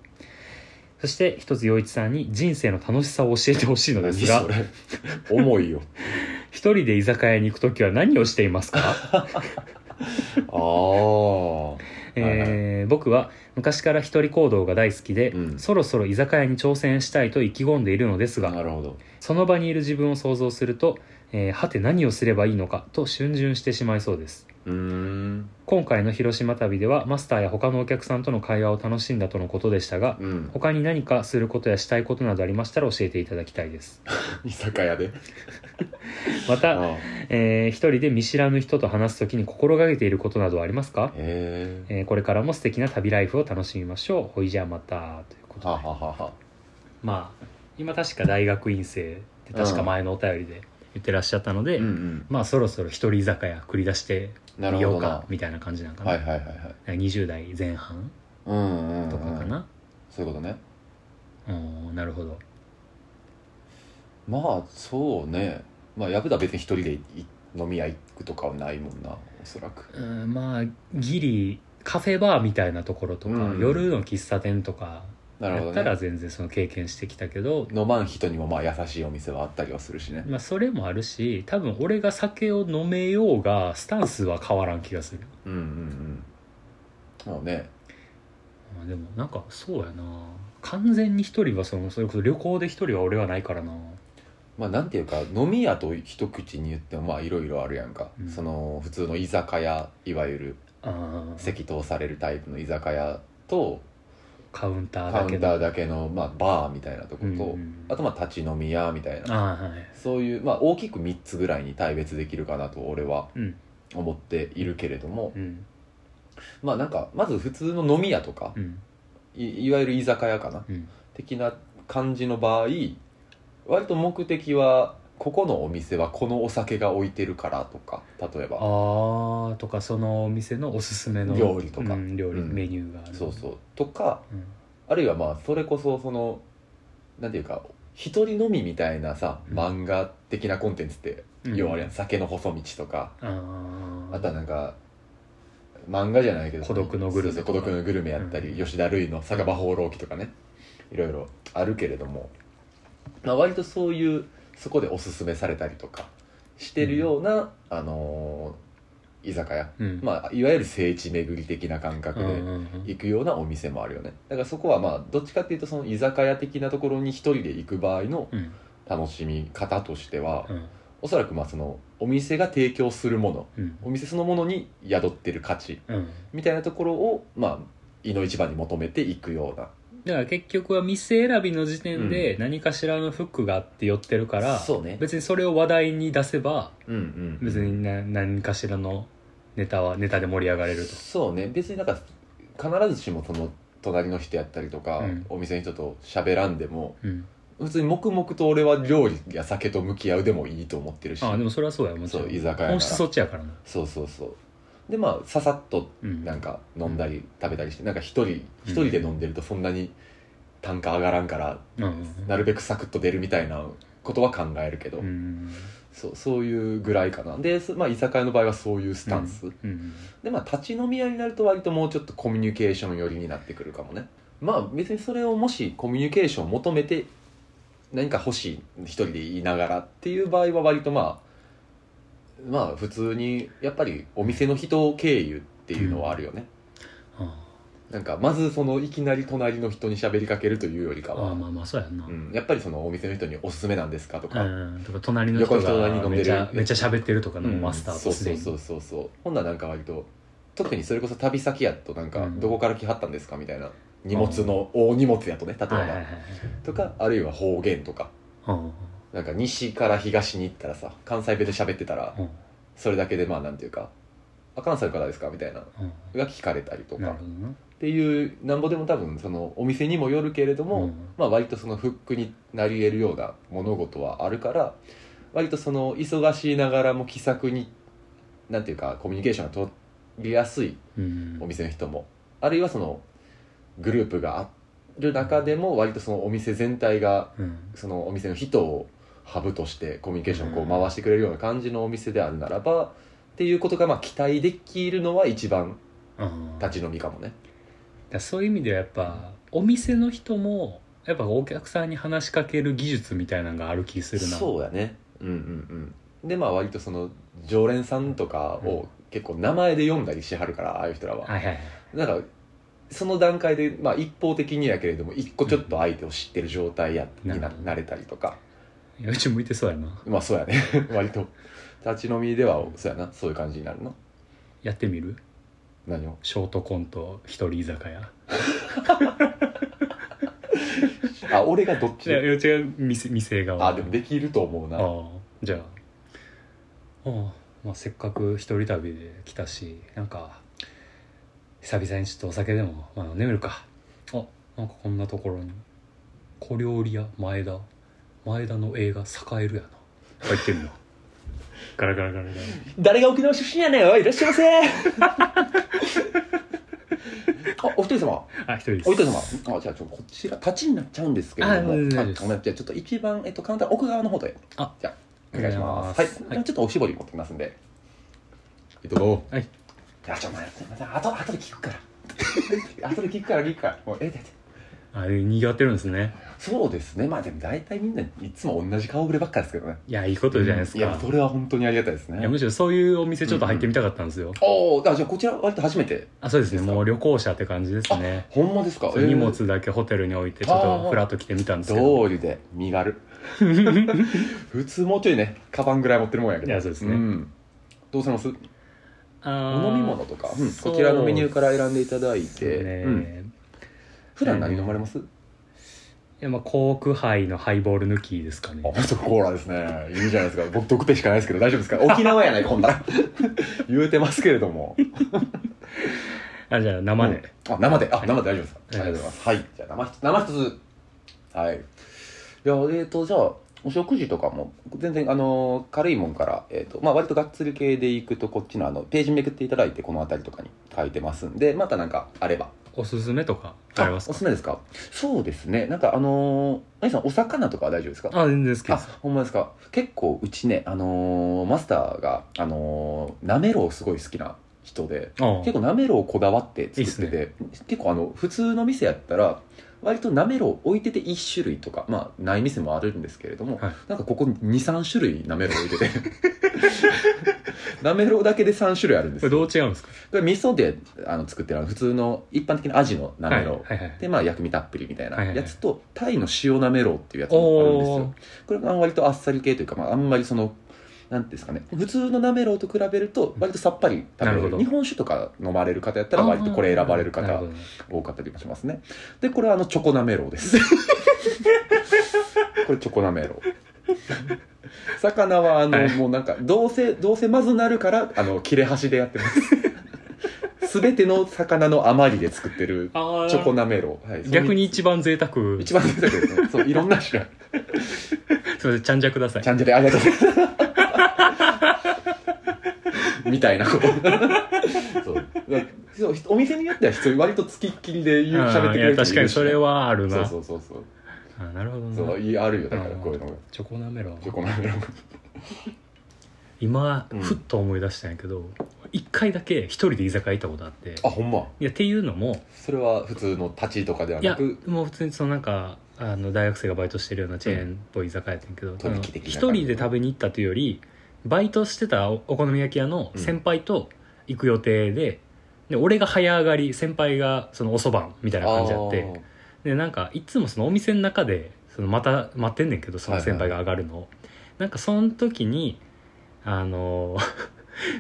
Speaker 1: そして一つ陽一さんに人生の楽しさを教えてほしいのですが
Speaker 2: 何それ 重いよ
Speaker 1: 一人で居酒屋に行く時は何をしています か、
Speaker 2: あ
Speaker 1: えー僕は昔から一人行動が大好きで、
Speaker 2: うん
Speaker 1: そろそろ居酒屋に挑戦したいと意気込んでいるのです
Speaker 2: あ
Speaker 1: が
Speaker 2: なるほど
Speaker 1: その場にいる自分を想像すると、えーはて何をすればいいのかと逡巡してしまいそうです
Speaker 2: うーん
Speaker 1: 今回の広島旅ではマスターや他のお客さんとの会話を楽しんだとのことでしたが
Speaker 2: うん
Speaker 1: 他に何かすることやしたいことなどありましたら教えていただきたいです
Speaker 2: 居酒屋で
Speaker 1: ま
Speaker 2: あ
Speaker 1: た、
Speaker 2: あ
Speaker 1: えー一人で見知らぬ人と話す時に心がけていることなどはありますか、
Speaker 2: へえ
Speaker 1: えーこれからも素敵な旅ライフを楽しみましょうほいじゃあまたということ
Speaker 2: は
Speaker 1: で
Speaker 2: ははは
Speaker 1: まあ今確か大学院生って確か前のお便りで言ってらっしゃったので、
Speaker 2: うんうん
Speaker 1: まあそろそろ一人居酒屋繰り出して
Speaker 2: なる
Speaker 1: み
Speaker 2: ほ
Speaker 1: よ
Speaker 2: ど
Speaker 1: う
Speaker 2: な
Speaker 1: かみたいな感じなんかな、
Speaker 2: はいはいはいはい
Speaker 1: 20代前半
Speaker 2: うんうんうん
Speaker 1: とかかな、
Speaker 2: そういうことね
Speaker 1: うんなるほど
Speaker 2: まあそうねまあ薮田は別に一人でい飲み屋行くとかはないもんなおそらく
Speaker 1: うんまあギリカフェバーみたいなところとか、
Speaker 2: うん
Speaker 1: 夜の喫茶店とか
Speaker 2: なる
Speaker 1: や
Speaker 2: ほ
Speaker 1: った
Speaker 2: ど
Speaker 1: ら
Speaker 2: ね
Speaker 1: 全然その経験してきたけど、
Speaker 2: 飲まん人にもまあ優しいお店はあったりはするしね
Speaker 1: まあ、それもあるし多分俺が酒を飲めようがスタンスは変わらん気がする、
Speaker 2: うんうんうんそうね
Speaker 1: まあ、でもなんかそうやな完全に一人はそのそれこそ旅行で一人は俺はないからな
Speaker 2: まあなんていうか飲み屋と一口に言ってもまあいろいろあるやんか、
Speaker 1: うん
Speaker 2: その普通の居酒屋いわゆる
Speaker 1: あー
Speaker 2: 席通されるタイプの居酒屋と
Speaker 1: カウンター
Speaker 2: カ
Speaker 1: だ
Speaker 2: ウ
Speaker 1: け
Speaker 2: ン
Speaker 1: ど
Speaker 2: ターだけの、まあ、バーみたいなとこと、
Speaker 1: うん
Speaker 2: あとまあ立ち飲み屋みたいな
Speaker 1: あーはい
Speaker 2: そういう、まあ、大きく3つぐらいに対別できるかなと俺は
Speaker 1: うん
Speaker 2: 思っているけれども、
Speaker 1: うん
Speaker 2: まあなんかまず普通の飲み屋とか
Speaker 1: う、ん
Speaker 2: いいわゆる居酒屋かな
Speaker 1: うん
Speaker 2: 的な感じの場合割と目的はここのお店はこのお酒が置いてるからとか例えば
Speaker 1: ああとかそのお店のおすすめの
Speaker 2: 料理とか
Speaker 1: うん料理、
Speaker 2: うん
Speaker 1: メニューがある
Speaker 2: そうそうとか
Speaker 1: うん、
Speaker 2: あるいはまあそれこそそのなんていうか一人飲みみたいなさ
Speaker 1: うん
Speaker 2: 漫画的なコンテンツって
Speaker 1: うん
Speaker 2: 要はあれやん酒の細道とか
Speaker 1: あー
Speaker 2: あとはなんか漫画じゃないけど
Speaker 1: 孤独のグルメ
Speaker 2: そうそう孤独のグルメやったり、
Speaker 1: うん
Speaker 2: 吉田類の酒場放浪記とかねいろいろあるけれども、まあ、割とそういうそこでおすすめされたりとかしてるような、あのー居酒屋、
Speaker 1: うん
Speaker 2: まあ、いわゆる聖地巡り的な感覚
Speaker 1: うん
Speaker 2: で
Speaker 1: うんうん
Speaker 2: 行くようなお店もあるよねだからそこはまあどっちかっていうとその居酒屋的なところに一人で行く場合の
Speaker 1: うん
Speaker 2: 楽しみ方としては、
Speaker 1: うん
Speaker 2: おそらくまあそのお店が提供するもの
Speaker 1: うん
Speaker 2: お店そのものに宿ってる価値
Speaker 1: うん
Speaker 2: みたいなところをまあ胃の一番に求めていくような
Speaker 1: だから結局は店選びの時点で何かしらのフックがあって寄ってるから、
Speaker 2: そうね
Speaker 1: 別にそれを話題に出せば
Speaker 2: うんうん
Speaker 1: 別にな何かしらのネタはネタで盛り上がれると
Speaker 2: そうね別になんか必ずしもその隣の人やったりとか、
Speaker 1: うん
Speaker 2: お店の人と喋らんでも
Speaker 1: うん、
Speaker 2: 普通に黙々と俺は料理や酒と向き合うでもいいと思ってるし
Speaker 1: ああでもそれはそうやもちろ
Speaker 2: そ
Speaker 1: ん
Speaker 2: う居酒屋なら
Speaker 1: 本質そっちやからな、
Speaker 2: そうそうそうでまあささっと
Speaker 1: うん、
Speaker 2: なん
Speaker 1: か
Speaker 2: か飲んだり食べたりしてなんか一人一人で飲んでるとそんなに単価上がらんから
Speaker 1: うん
Speaker 2: なるべくサクッと出るみたいなことは考えるけど、
Speaker 1: うんうん
Speaker 2: そうそういうぐらいかなで、すまあ、居酒屋の場合はそういうスタンス、
Speaker 1: うん
Speaker 2: でまあ立ち飲み屋になると割ともうちょっとコミュニケーション寄りになってくるかもねまあ別にそれをもしコミュニケーションを求めて何か欲しい一人で言いながらっていう場合は割とまあまあ普通にやっぱりお店の人経由っていうのはあるよね、
Speaker 1: あ
Speaker 2: なんかまずそのいきなり隣の人に喋りかけるというよりか
Speaker 1: あ
Speaker 2: は、
Speaker 1: まあまあそうやんな、
Speaker 2: う
Speaker 1: うん
Speaker 2: ん、やっぱりそのお店の人におすすめなんですかとか、
Speaker 1: うん、とか隣の人
Speaker 2: 横の人に飲
Speaker 1: が
Speaker 2: ん
Speaker 1: め
Speaker 2: でる
Speaker 1: ちゃめちゃ喋ってるとかの
Speaker 2: うん
Speaker 1: マスター
Speaker 2: そ
Speaker 1: と
Speaker 2: う
Speaker 1: す
Speaker 2: そ
Speaker 1: で
Speaker 2: う
Speaker 1: に
Speaker 2: そうそうそうほんならなんか割と特にそれこそ旅先やとなんか
Speaker 1: うん
Speaker 2: どこから来はったんですかみたいな荷物の大荷物やとね例えば、
Speaker 1: はいはいはいはい
Speaker 2: とかあるいは方言とか
Speaker 1: うん
Speaker 2: なんか西から東に行ったらさ関西弁で喋ってたら
Speaker 1: うん
Speaker 2: それだけでまあなんていうか「あ関西の方ですか?」みたいな
Speaker 1: うん
Speaker 2: が聞かれたりと
Speaker 1: な
Speaker 2: か
Speaker 1: るほどな
Speaker 2: っていうなんぼでも多分そのお店にもよるけれど
Speaker 1: う
Speaker 2: も、
Speaker 1: ん
Speaker 2: まあ割とそのフックになり得るような物事はあるから割とその忙しいながらも気さくになんていうかコミュニケーションが取りやすい
Speaker 1: うん
Speaker 2: お店の人もあるいはそのグループがある中でも割とそのお店全体が
Speaker 1: うん
Speaker 2: そのお店の人をハブとしてコミュニケーションをこう回してくれるような感じのお店であるならばっていうことがまあ期待できるのは一番
Speaker 1: うんだか
Speaker 2: 立ち飲みかもね。
Speaker 1: らそういう意味ではやっぱお店の人もやっぱお客さんに話しかける技術みたいなのがある気するな
Speaker 2: そうやねうんうんうんでまあ割とその常連さんとか
Speaker 1: う
Speaker 2: を結構名前で読んだりしはるからああいう人らは
Speaker 1: はいはいはい
Speaker 2: なんかその段階で、まあ、一方的にやけれども一個ちょっと相手を知ってる状態や、
Speaker 1: うん
Speaker 2: に
Speaker 1: な
Speaker 2: な
Speaker 1: るほど
Speaker 2: なれたりとか
Speaker 1: いやうち向いてそうやな
Speaker 2: まあそうやね 割と立ち飲みではそうやなそういう感じになるな
Speaker 1: やってみる
Speaker 2: 何を
Speaker 1: ショートコント一人居酒屋
Speaker 2: あ俺がどっち
Speaker 1: いやいや違う店店側
Speaker 2: あでもできると思うな
Speaker 1: ああじゃあああ、まあ、せっかく一人旅で来たしなんか久々にちょっとお酒でも、まあ、飲んでみるかあなんかこんなところに小料理屋前田前田の映画「栄える」やな入ってるの ガラガラガラガラ
Speaker 2: 誰が沖縄出身やねんおいいらっしゃいませ あお一人様
Speaker 1: あ一人です
Speaker 2: おいと様、あ、じゃあ、ちょっとこちら、立ちになっちゃうんですけれども、
Speaker 1: あ大丈
Speaker 2: あ
Speaker 1: 夫です
Speaker 2: ごめんじゃあ、ちょっと一番、えっと、カウンター奥側の方で、
Speaker 1: あ
Speaker 2: じゃあ、お願いしま
Speaker 1: お
Speaker 2: す。
Speaker 1: 願いしま
Speaker 2: は
Speaker 1: す
Speaker 2: い、ではちょっとおしぼり持ってきますんで。えっと、
Speaker 1: はい
Speaker 2: あ、ちょ、お前、すいません、あと、あとで聞く から。あとで聞くから、聞くから、もう、ええ、だって
Speaker 1: あにぎわってるんですね
Speaker 2: そうですね、まあ、でも、大体みんな、いつも同じ顔ぶればっかですけどね。
Speaker 1: いやいいことじゃないです
Speaker 2: い
Speaker 1: か、
Speaker 2: や、
Speaker 1: い
Speaker 2: そ
Speaker 1: や
Speaker 2: れは本当にありがたいですね。
Speaker 1: むしろそういうお店ちょっと入ってみたかったんですよ、
Speaker 2: おお、あ、じゃあ、こちら、割と初めて。
Speaker 1: あそうですね
Speaker 2: ですか
Speaker 1: もう旅行者って感じですね
Speaker 2: ほんまですか。
Speaker 1: そう荷物だけホテルに置いてちょっとふらっと来てみたんですけど
Speaker 2: 道理で身 軽普通もうちょいねカバンぐらい持ってるもんやけど
Speaker 1: いやそうですね
Speaker 2: んどうせますお
Speaker 1: お
Speaker 2: 飲み物とか、うんこちらのメニューから選んでいただいて、
Speaker 1: ね、
Speaker 2: うん普段何飲まれます、
Speaker 1: いやまあコーク杯のハイボール抜きですかね
Speaker 2: あそこコーラですねいいじゃないですか僕毒手しかないですけど大丈夫ですか沖縄やないこ んな言うてますけれども
Speaker 1: あじゃあ生で、
Speaker 2: うんあ生であ生で大丈夫ですか、
Speaker 1: はい
Speaker 2: ありがとうございますはいじゃあ生ひ生一つはいいやえーとじゃあお食事とかも全然あの軽いもんから、えーとまあ、割とがっつり系でいくとこっちのあのページめくっていただいてこの辺りとかに書いてますんでまたなんかあれば
Speaker 1: おすすめとかありますか
Speaker 2: おすすめですかそうですねなんかあのー、何さんお魚とかは大丈夫ですか
Speaker 1: あ全然好きで
Speaker 2: あ
Speaker 1: す
Speaker 2: ほんまですか結構うちねあのーマスターがあのーなめろうすごい好きな人で
Speaker 1: ああ
Speaker 2: 結構なめろうこだわって作ってて
Speaker 1: い
Speaker 2: 結構あの普通の店やったら割となめろう置いてて1種類とかまあない店もあるんですけれども、
Speaker 1: はい
Speaker 2: なんかここ23種類なめろう置いてて なめろうだけで3種類あるんで
Speaker 1: こ
Speaker 2: す
Speaker 1: れど
Speaker 2: よ
Speaker 1: う違うんですか
Speaker 2: これ味噌であの作ってるあの普通の一般的なアジのな
Speaker 1: は
Speaker 2: め
Speaker 1: い
Speaker 2: ろう、
Speaker 1: はいはい
Speaker 2: でまあ薬味たっぷりみたいな
Speaker 1: はいはいは
Speaker 2: や
Speaker 1: い
Speaker 2: つと、タイの塩なめろうっていうやつもあるんです
Speaker 1: お
Speaker 2: よ
Speaker 1: ー
Speaker 2: これが割とあっさり系というか、まあ、あんまりそのなんていうんですかね普通のなめろうと比べると割とさっぱり食べ
Speaker 1: な
Speaker 2: れ
Speaker 1: るほ
Speaker 2: る
Speaker 1: ど
Speaker 2: 日本酒とか飲まれる方やったら割とこれ選ばれる
Speaker 1: ああな
Speaker 2: 方
Speaker 1: ほどね
Speaker 2: 多かったりもしますねでこれはあのチョコなめろうです これチョコなめろう魚はあの、
Speaker 1: はい
Speaker 2: もうなんかどうせどうせまずなるからあの切れ端でやってます全ての魚の余りで作ってる
Speaker 1: あー
Speaker 2: チョコなめろう、はい、
Speaker 1: 逆に一番贅沢すみ
Speaker 2: 一番出てくるねそういろんな種類
Speaker 1: ませんちゃんじゃください
Speaker 2: ちゃんじゃでありがと うございますみたいなことそうそうお店によっては人割とつきっきりで言う
Speaker 1: ああ
Speaker 2: 喋ってくれ
Speaker 1: い
Speaker 2: る
Speaker 1: や確かにそれはある
Speaker 2: そう
Speaker 1: な
Speaker 2: そうそうそう
Speaker 1: ああなるほどな
Speaker 2: そういいあるよだから
Speaker 1: うん
Speaker 2: こういうのが
Speaker 1: チョコなめろう
Speaker 2: チョコなめろう
Speaker 1: 今、
Speaker 2: うん
Speaker 1: ふっと思い出したんやけど一回だけ一人で居酒屋行ったことあって
Speaker 2: あほんま
Speaker 1: いやっていうのも
Speaker 2: それは普通の立ちとかではいな
Speaker 1: や
Speaker 2: く
Speaker 1: もう普通にそのなんかあの大学生がバイトしてるようなチェーンっぽい居酒屋やったんやけど
Speaker 2: 取引的な感じ
Speaker 1: あの一人で食べに行ったというよりバイトしてたおお好み焼き屋の先輩と行く予定で,、で俺が早上がり先輩がそのおそばんみたいな感じやってでなんかいつもそのお店の中でそのまた待ってんねんけどその先輩が上がるのを、なんかその時にあの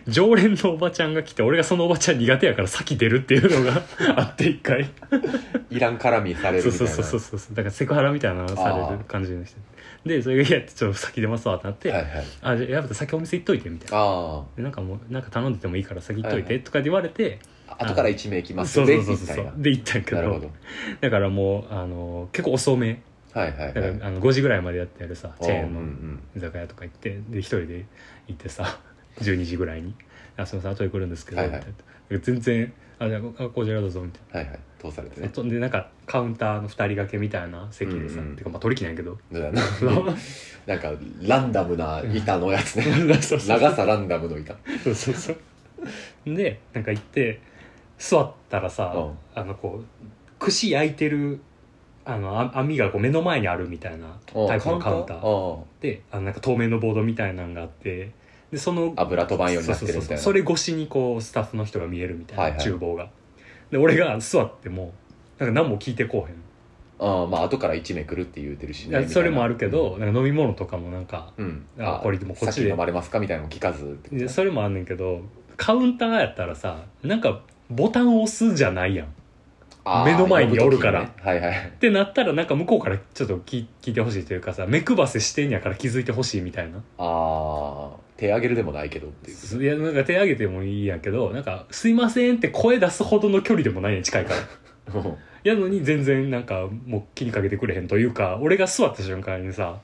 Speaker 1: 常連のおばちゃんが来て俺がそのおばちゃん苦手やから先出るっていうのが あって一回
Speaker 2: あーいらん絡みされる
Speaker 1: そう
Speaker 2: みた
Speaker 1: そ
Speaker 2: いうな
Speaker 1: そうそうそうだからセクハラみたいなのされる感じの人でそれが「いやちょっと先出ますわ」ってなって「
Speaker 2: はいはい
Speaker 1: あじゃあ矢吹先お店行っといて」みたいな。
Speaker 2: あ
Speaker 1: でなんかもうなんか頼んでてもいいから先行っとい
Speaker 2: はい
Speaker 1: てとかで言われて、
Speaker 2: あ後から一名来ます
Speaker 1: そう
Speaker 2: で
Speaker 1: そう
Speaker 2: み
Speaker 1: そうそ
Speaker 2: た
Speaker 1: う
Speaker 2: いな
Speaker 1: で行ったんやけ
Speaker 2: なる
Speaker 1: ど
Speaker 2: ほど
Speaker 1: だからもうあの結構遅め
Speaker 2: はいはい
Speaker 1: だ
Speaker 2: は
Speaker 1: から
Speaker 2: い
Speaker 1: あの5時ぐらいまでやってあるさチェーン
Speaker 2: うんう
Speaker 1: の
Speaker 2: ん
Speaker 1: 居酒屋とか行ってで一人で行ってさ 12時ぐらいに「あすいません後で来るんですけど」
Speaker 2: は
Speaker 1: み
Speaker 2: いは
Speaker 1: た
Speaker 2: い
Speaker 1: いな全然「あじゃあここちらどうぞ」みたい
Speaker 2: はいはい通されて
Speaker 1: な、
Speaker 2: ね
Speaker 1: とでなんかカウンターの2人掛けみたいな席でさ、
Speaker 2: うんうん
Speaker 1: てかまあ取り木なんやけ ど
Speaker 2: だから ななんかランダムな板のやつね
Speaker 1: そうそう
Speaker 2: 長さランダムの板
Speaker 1: そうそうそうでなんか行って座ったらさ、
Speaker 2: うん
Speaker 1: あのこう串焼いてるあのあ網がこう目の前にあるみたいなタイプのカウンター
Speaker 2: うん
Speaker 1: であのなんか透明のボードみたいなのがあってでその
Speaker 2: 油飛ばんように
Speaker 1: そう
Speaker 2: な
Speaker 1: そう
Speaker 2: ってる
Speaker 1: そ
Speaker 2: み
Speaker 1: う
Speaker 2: た
Speaker 1: そ
Speaker 2: いうな
Speaker 1: それ越しにこうスタッフの人が見えるみたいな、
Speaker 2: はいはい
Speaker 1: 厨房がで俺が座ってもなんか何も聞いてこうへん
Speaker 2: うんまあ後から1名来るって言うてるし
Speaker 1: い
Speaker 2: ね
Speaker 1: や
Speaker 2: みたいな
Speaker 1: それもあるけど、なんか飲み物とかもなんか
Speaker 2: うん
Speaker 1: あこれでもこっちで
Speaker 2: 先飲まれますかみたいなのも聞かずってことね
Speaker 1: でそれもあんねんけどカウンターやったらさなんかボタンを押すじゃないやんっ
Speaker 2: あー
Speaker 1: 目の前におるから
Speaker 2: 呼ぶ時にねはいはい
Speaker 1: てなったらなんか向こうからちょっと聞聞いてほしいというかさ目配せしてんやから気づいてほしいみたいな
Speaker 2: ああ手あげるでもないけどっていう
Speaker 1: いやなんか手挙げてもいいんやけどなんか「すいません」って声出すほどの距離でもないねん近いから
Speaker 2: うん
Speaker 1: やのに全然なんかもう気にかけてくれへんというか俺が座った瞬間にさ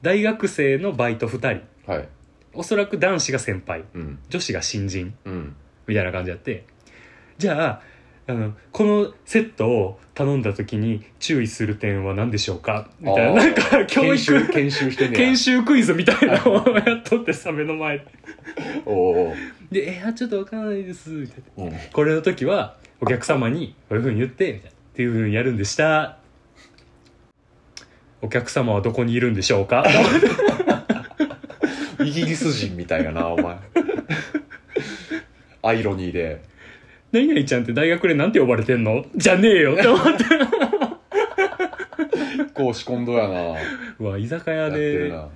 Speaker 1: 大学生のバイト2人
Speaker 2: はい
Speaker 1: おそらく男子が先輩
Speaker 2: うん
Speaker 1: 女子が新人
Speaker 2: うん
Speaker 1: みたいな感じやってじゃああのこのセットを頼んだ時に注意する点は何でしょうかみたいな
Speaker 2: あ
Speaker 1: な
Speaker 2: ー
Speaker 1: んか教
Speaker 2: 研修
Speaker 1: 育
Speaker 2: 研修してんねや
Speaker 1: 研修クイズみたいなのをやっとってさ目の前で
Speaker 2: おー
Speaker 1: 「でいやちょっとわからないです」みたいな。
Speaker 2: おーうん
Speaker 1: これの時はお客様にこういうふうに言ってみたいなっていうふうにやるんでしたお客様はどこにいるんでしょう か
Speaker 2: イギリス人みたいやなお前 アイロニーで
Speaker 1: 何々ちゃんって大学でなんて呼ばれてんのじゃねえよって思って
Speaker 2: 公仕込んどやなや
Speaker 1: うわ居酒屋
Speaker 2: ってる
Speaker 1: で
Speaker 2: な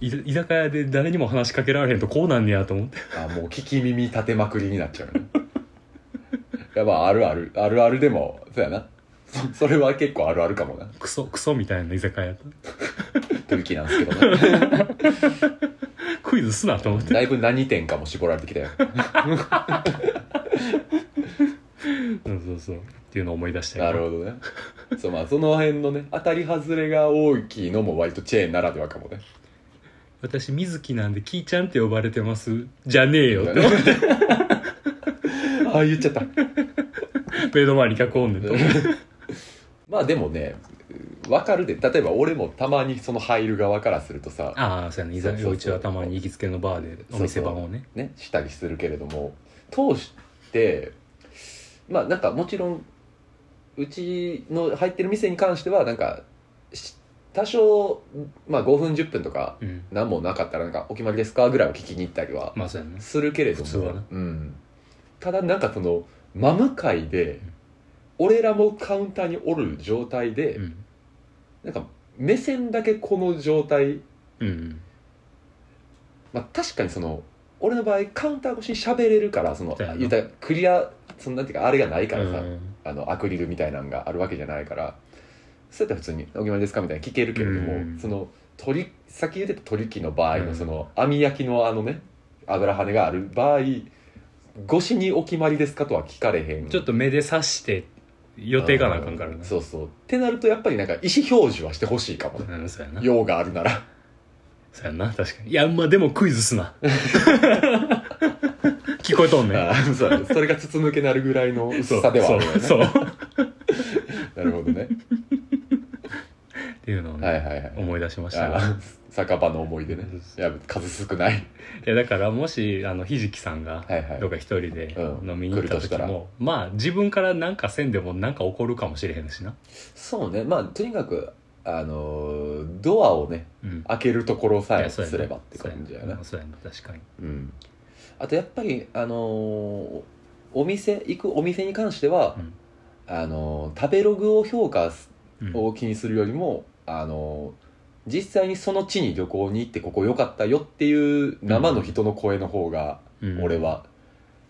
Speaker 2: い
Speaker 1: 居酒屋で誰にも話しかけられへんとこうなんねやと思って
Speaker 2: あもう聞き耳立てまくりになっちゃうね いやまああるあるあるあるでもそうやなそそれは結構あるあるかもな
Speaker 1: クソクソみたいな居酒屋やった
Speaker 2: 取り気なんですけどね
Speaker 1: クイズすなと思って
Speaker 2: だいぶ何点かも絞られて きたよ
Speaker 1: うんそうそうっていうのを思い出したけ
Speaker 2: なるほどねそうまあその辺のね当たり外れが大きいのも割とチェーンならではかもね
Speaker 1: 私水木なんでキーちゃんって呼ばれてますじゃねえよ って思って
Speaker 2: ああ言っちゃった
Speaker 1: 目の前に脚本でと
Speaker 2: まあでもねわかるで例えば俺もたまにその入る側からするとさ
Speaker 1: ああそうやね居
Speaker 2: そうそうそう
Speaker 1: 酒うちはたまに行きつけのバーでお店番をね
Speaker 2: ねしたりするけれども通してまあなんかもちろんうちの入ってる店に関してはなんかし多少、まあ、5分10分とか
Speaker 1: うん
Speaker 2: 何もなかったらなんか「お決まりですか?」ぐらいは聞きに行ったりは
Speaker 1: まあそうやね
Speaker 2: するけれども
Speaker 1: 普通はね
Speaker 2: うん、ただなんかその真向かいで俺らもカウンターにおる状態で、
Speaker 1: うん
Speaker 2: なんか目線だけこの状態
Speaker 1: うん
Speaker 2: まあ、確かにその俺の場合カウンター越しに喋れるからその
Speaker 1: だよな
Speaker 2: 言うたらクリアそのなんていうかあれがないからさ、
Speaker 1: うん
Speaker 2: あのアクリルみたいなのがあるわけじゃないからそうやったら普通に「お決まりですか?」みたいな聞けるけれども、
Speaker 1: うん
Speaker 2: その鳥さっき言ってた鳥木の場合
Speaker 1: う
Speaker 2: の
Speaker 1: ん
Speaker 2: その網焼きのあのね油跳ねがある場合越しに「お決まりですか?」とは聞かれへん
Speaker 1: ちょっと目で察して予定がなあかんから
Speaker 2: う
Speaker 1: な
Speaker 2: そうそうってなるとやっぱりなんか意思表示はしてほしいかもね
Speaker 1: うんそうやな
Speaker 2: 用があるなら
Speaker 1: そうやな確かにいやまあでもクイズす な聞こえとんねん
Speaker 2: あーそうだねそれが筒抜けなるぐらいの
Speaker 1: そ
Speaker 2: 薄
Speaker 1: う
Speaker 2: さではあるよね
Speaker 1: そうそう
Speaker 2: なるほどね
Speaker 1: っていうのをね
Speaker 2: はいはいはい
Speaker 1: 思い出しましたが
Speaker 2: あ酒場の思い出ね
Speaker 1: そう
Speaker 2: い
Speaker 1: そ
Speaker 2: や数少ない
Speaker 1: いやだからもしあのひじきさんが
Speaker 2: はいはい
Speaker 1: どっか一人で
Speaker 2: うん
Speaker 1: 飲みに行った
Speaker 2: 来るとした
Speaker 1: 時
Speaker 2: ら
Speaker 1: も、まあ自分からなんかせんでもなんか起こるかもしれへんしな、
Speaker 2: そうねまあとにかくあのードアをね
Speaker 1: うん、
Speaker 2: 開けるところさ
Speaker 1: い
Speaker 2: え
Speaker 1: やそうやな
Speaker 2: すればって感じだ
Speaker 1: そ
Speaker 2: よね
Speaker 1: うやなそうやな確かに
Speaker 2: うんあとやっぱりあのーお店行くお店に関しては、
Speaker 1: うん
Speaker 2: あのー食べログを評価す
Speaker 1: うん
Speaker 2: を気にするよりも、あのー実際にその地に旅行に行ってここ良かったよっていう生の人の声の方が
Speaker 1: うん
Speaker 2: 俺は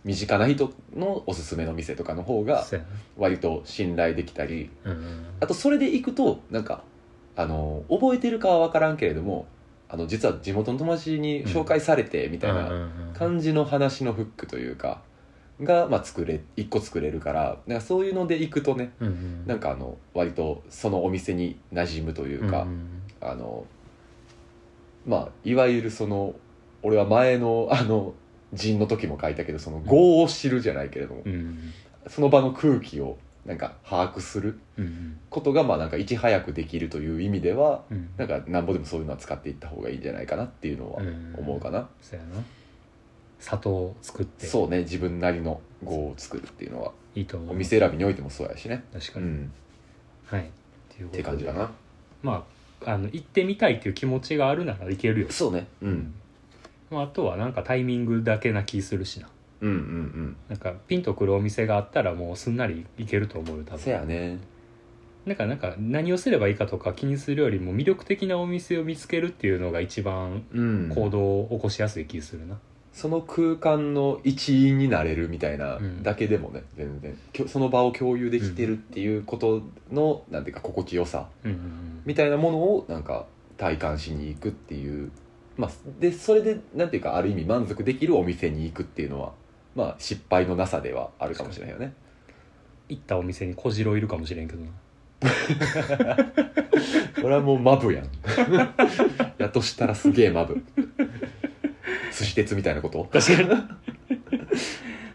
Speaker 2: 身近な人のおすすめの店とかの方が
Speaker 1: そうや
Speaker 2: 割と信頼できたり
Speaker 1: なうんうん
Speaker 2: あとそれで行くとなんかあの覚えてるかは分からんけれどもあの実は地元の友達に紹介されてみたい
Speaker 1: うんう
Speaker 2: なん
Speaker 1: うん
Speaker 2: 感じの話のフックというかが、まあ、作れ一個作れるからなんかそういうので行くとね
Speaker 1: うんうん
Speaker 2: なんかあの割とそのお店に馴染むというか、
Speaker 1: うんうん
Speaker 2: あのまあいわゆるその俺は前のあの陣の時も書いたけどその業を知るじゃないけれども、
Speaker 1: うん
Speaker 2: その場の空気をなんか把握する
Speaker 1: うんうん
Speaker 2: ことがまあなんかいち早くできるという意味では
Speaker 1: うん
Speaker 2: なんかなんぼでもそういうのは使っていった方がいいんじゃないかなっていうのは
Speaker 1: うん
Speaker 2: 思うかな、
Speaker 1: そうやな砂糖を作って
Speaker 2: そうね自分なりの業を作るっていうのはい
Speaker 1: いと思う
Speaker 2: お店選びにおいてもそうやしね
Speaker 1: 確か
Speaker 2: う
Speaker 1: に、
Speaker 2: ん
Speaker 1: はいっていう
Speaker 2: っ
Speaker 1: こと
Speaker 2: て
Speaker 1: で
Speaker 2: 感じかな
Speaker 1: まああの行ってみたいっていう気持ちがあるならいけるよ、
Speaker 2: そうね、うん、
Speaker 1: まあ、あとはなんかタイミングだけな気するしな
Speaker 2: うんうん
Speaker 1: なんかピンとくるお店があったらもうすんなり行けると思うよ多
Speaker 2: うんせ
Speaker 1: 分
Speaker 2: やね
Speaker 1: なんかなんか何をすればいいかとか気にするよりも魅力的なお店を見つけるっていうのが一番
Speaker 2: うん
Speaker 1: 行動を起こしやすい気するな、
Speaker 2: その空間の一員になれるみたいな
Speaker 1: うん
Speaker 2: だけでもね、全然きょその場を共有できてるっていうことの、なんていうか心地よさ
Speaker 1: うんうんうん、
Speaker 2: みたいなものをなんか体感しに行くっていう、まあ、でそれでなんていうかある意味満足できるお店に行くっていうのは、まあ、失敗のなさではあるかもしれないよね
Speaker 1: 行ったお店に小次郎いるかもしれんけどな
Speaker 2: これはもうマブ やんやとしたらすげえマブ寿司鉄みたいなこと
Speaker 1: 確かに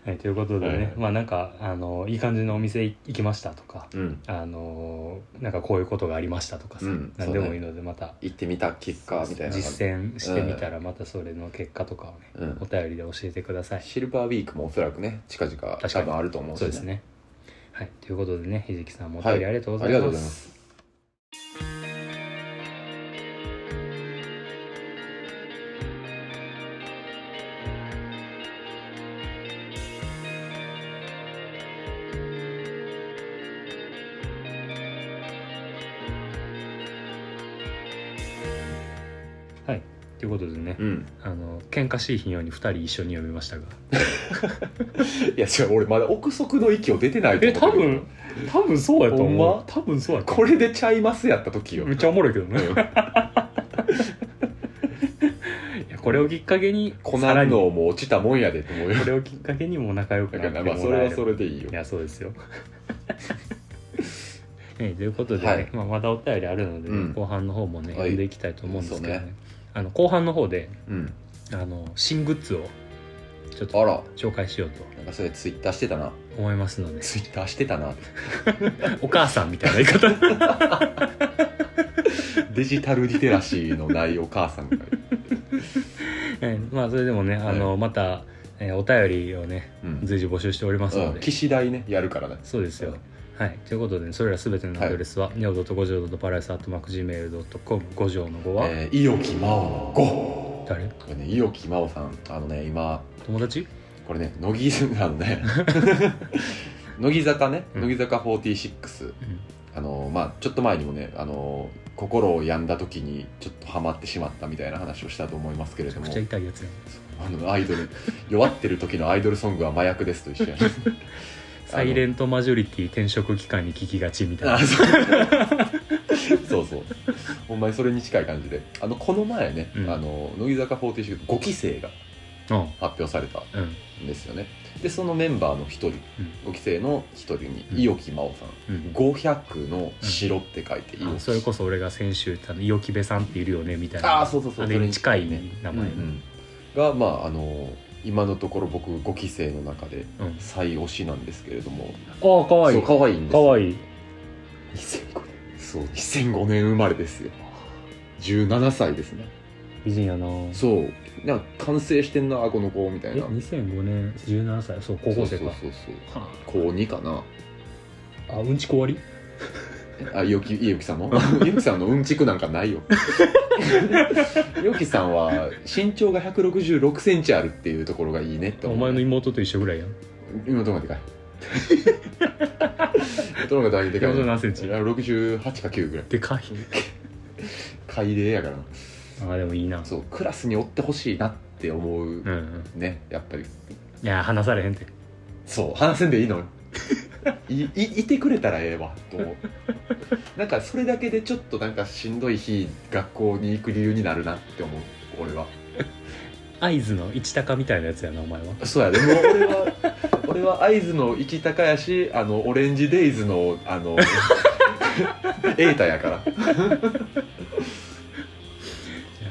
Speaker 1: はいということでね、
Speaker 2: はいはい
Speaker 1: まあなんかあのいい感じのお店行きましたとか
Speaker 2: うん
Speaker 1: あのなんかこういうことがありましたとかさ、
Speaker 2: うん
Speaker 1: 何で
Speaker 2: そう
Speaker 1: も
Speaker 2: ね
Speaker 1: いいのでまた
Speaker 2: 行ってみた結果みたいな感じ
Speaker 1: 実践してみたらまたそれの結果とかをね、
Speaker 2: うん
Speaker 1: お便りで教えてください
Speaker 2: シルバーウィークもおそらくね近々
Speaker 1: かに
Speaker 2: 多分あると思うし
Speaker 1: そうですねはいということでねひじきさんもお便りありがとうご
Speaker 2: あ
Speaker 1: ざ
Speaker 2: り
Speaker 1: い
Speaker 2: がとう
Speaker 1: ま、
Speaker 2: ございますす
Speaker 1: ということでね、
Speaker 2: うん
Speaker 1: あの喧嘩しい日のように2人一緒に読みましたが
Speaker 2: いや違う俺まだ憶測の域を出てないと
Speaker 1: え
Speaker 2: 思って
Speaker 1: 多
Speaker 2: る
Speaker 1: 分多分そうやと思う、
Speaker 2: ほんま
Speaker 1: 多分そうやと思
Speaker 2: これでちゃいますやった時よ
Speaker 1: うめっちゃおもろ いけどねいやこれをきっかけに
Speaker 2: こ
Speaker 1: さら
Speaker 2: の
Speaker 1: にこ
Speaker 2: のも落ちたもんやでと思うよ
Speaker 1: れをきっかけにも仲良く
Speaker 2: だ
Speaker 1: な
Speaker 2: か
Speaker 1: って
Speaker 2: ら
Speaker 1: もら
Speaker 2: ま
Speaker 1: える
Speaker 2: あそれはそれでいいよ
Speaker 1: いやそうですよいね、ということで、ね
Speaker 2: はい
Speaker 1: まあ、まだお便りあるのでね、
Speaker 2: うん
Speaker 1: 後半の方もね
Speaker 2: はい
Speaker 1: 読んでいきたいと思うんですけどね,、
Speaker 2: そうね
Speaker 1: あの後半の方で
Speaker 2: うん
Speaker 1: あの新グッズをちょっ
Speaker 2: あ
Speaker 1: と
Speaker 2: ら
Speaker 1: 紹介しようと
Speaker 2: なんかそれツイッターしてたな
Speaker 1: 思いますので
Speaker 2: ツイッターしてたな
Speaker 1: お母さんみたいな言い 方
Speaker 2: デジタルリテラシーのないお母 さんが、
Speaker 1: えーまあそれでもねあの、また、えーお便りをね
Speaker 2: うん、
Speaker 1: 随時募集しておりますの
Speaker 2: うん
Speaker 1: で、
Speaker 2: 岸大ねやるからね
Speaker 1: そうですよ
Speaker 2: うん。
Speaker 1: はい、ということで、それらすべてのアドレスは、ネオドット五条ドットパライスアットマーク Gmail.com 五条の5は、
Speaker 2: えー、伊予木真央の5
Speaker 1: 誰
Speaker 2: これね伊予木真央さんあのね今
Speaker 1: 友達
Speaker 2: これね乃木坂の ね乃木坂ね
Speaker 1: うん
Speaker 2: 乃木坂46
Speaker 1: うん
Speaker 2: あのまあちょっと前にもねあの心を病んだ時にちょっとハマってしまったみたいな話をしたと思いますけれ
Speaker 1: めち
Speaker 2: ど
Speaker 1: ゃ
Speaker 2: も
Speaker 1: くちゃ痛いやつやん
Speaker 2: あのアイドル弱ってる時のアイドルソングは麻薬ですと一緒やね
Speaker 1: サイレントマジョリティ転職期間に聞きがちみたいな
Speaker 2: あそうそうそうほんまにそれに近い感じであのこの前ね、
Speaker 1: うん
Speaker 2: あの乃木坂465期生が
Speaker 1: うん
Speaker 2: 発表された
Speaker 1: うん
Speaker 2: んですよねでそのメンバーの一人
Speaker 1: う
Speaker 2: 5期生の一人に
Speaker 1: うん
Speaker 2: 伊予木真央さん、
Speaker 1: うん
Speaker 2: 500の城って書いて伊
Speaker 1: あ
Speaker 2: 予木
Speaker 1: それこそ俺が先週言ったあの伊予木部さんっているよねみたいな
Speaker 2: ああそうそうそう
Speaker 1: あ
Speaker 2: そ
Speaker 1: れ
Speaker 2: れ
Speaker 1: に近い
Speaker 2: ね
Speaker 1: 名前
Speaker 2: うんうんがまああの今のところ僕5期生の中で
Speaker 1: うん
Speaker 2: 最推しなんですけれども
Speaker 1: ああかわいい
Speaker 2: そう可愛いんです
Speaker 1: か
Speaker 2: よ
Speaker 1: わいい
Speaker 2: 2005年そう2005年生まれですよ17歳ですね
Speaker 1: 美人やなえ
Speaker 2: そうなんか完成してんなこの子みたいな
Speaker 1: 2005年17歳そう高校生か
Speaker 2: そうそうそう
Speaker 1: は
Speaker 2: そう高2かな
Speaker 1: ああうんちこ終わり
Speaker 2: あゆきゆきさんの ゆきさんのうんちくなんかないよ ゆきさんは身長が1 6 6センチあるっていうところがいいねって
Speaker 1: お
Speaker 2: 思う
Speaker 1: 前の妹と一緒ぐらいやん
Speaker 2: 今どこ がでかいどこが大でかい
Speaker 1: 47センチ
Speaker 2: 68か9ぐらい
Speaker 1: でかい
Speaker 2: 海嶺やからな
Speaker 1: ああでもいいな
Speaker 2: そうクラスにおってほしいなって思う
Speaker 1: うんうん
Speaker 2: ねやっぱり
Speaker 1: いや話されへんって
Speaker 2: そう話せんでいいの よいいいてくれたらええわと思う なんかそれだけでちょっとなんかしんどい日学校に行く理由になるなって思う俺は
Speaker 1: 合図の一高みたいなやつやなお前は
Speaker 2: そうやでもう俺 は俺は会津の行き高やしあのオレンジデイズの あのエータやから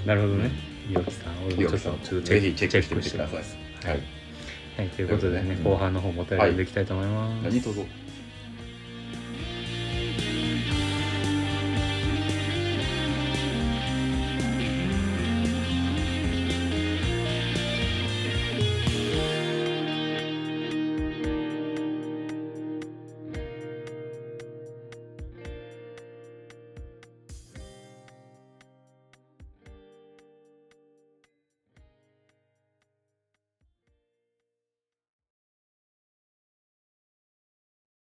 Speaker 1: なるほどね伊予木さん俺もちょっとちょっとチェ
Speaker 2: ぜひ
Speaker 1: ック
Speaker 2: チェックしてみて
Speaker 1: チ
Speaker 2: く
Speaker 1: ェック
Speaker 2: ださい
Speaker 1: してみてください
Speaker 2: はい
Speaker 1: はい、ということでね、
Speaker 2: うん
Speaker 1: 後半の方もお便りでいきたいと思います。
Speaker 2: 何とぞ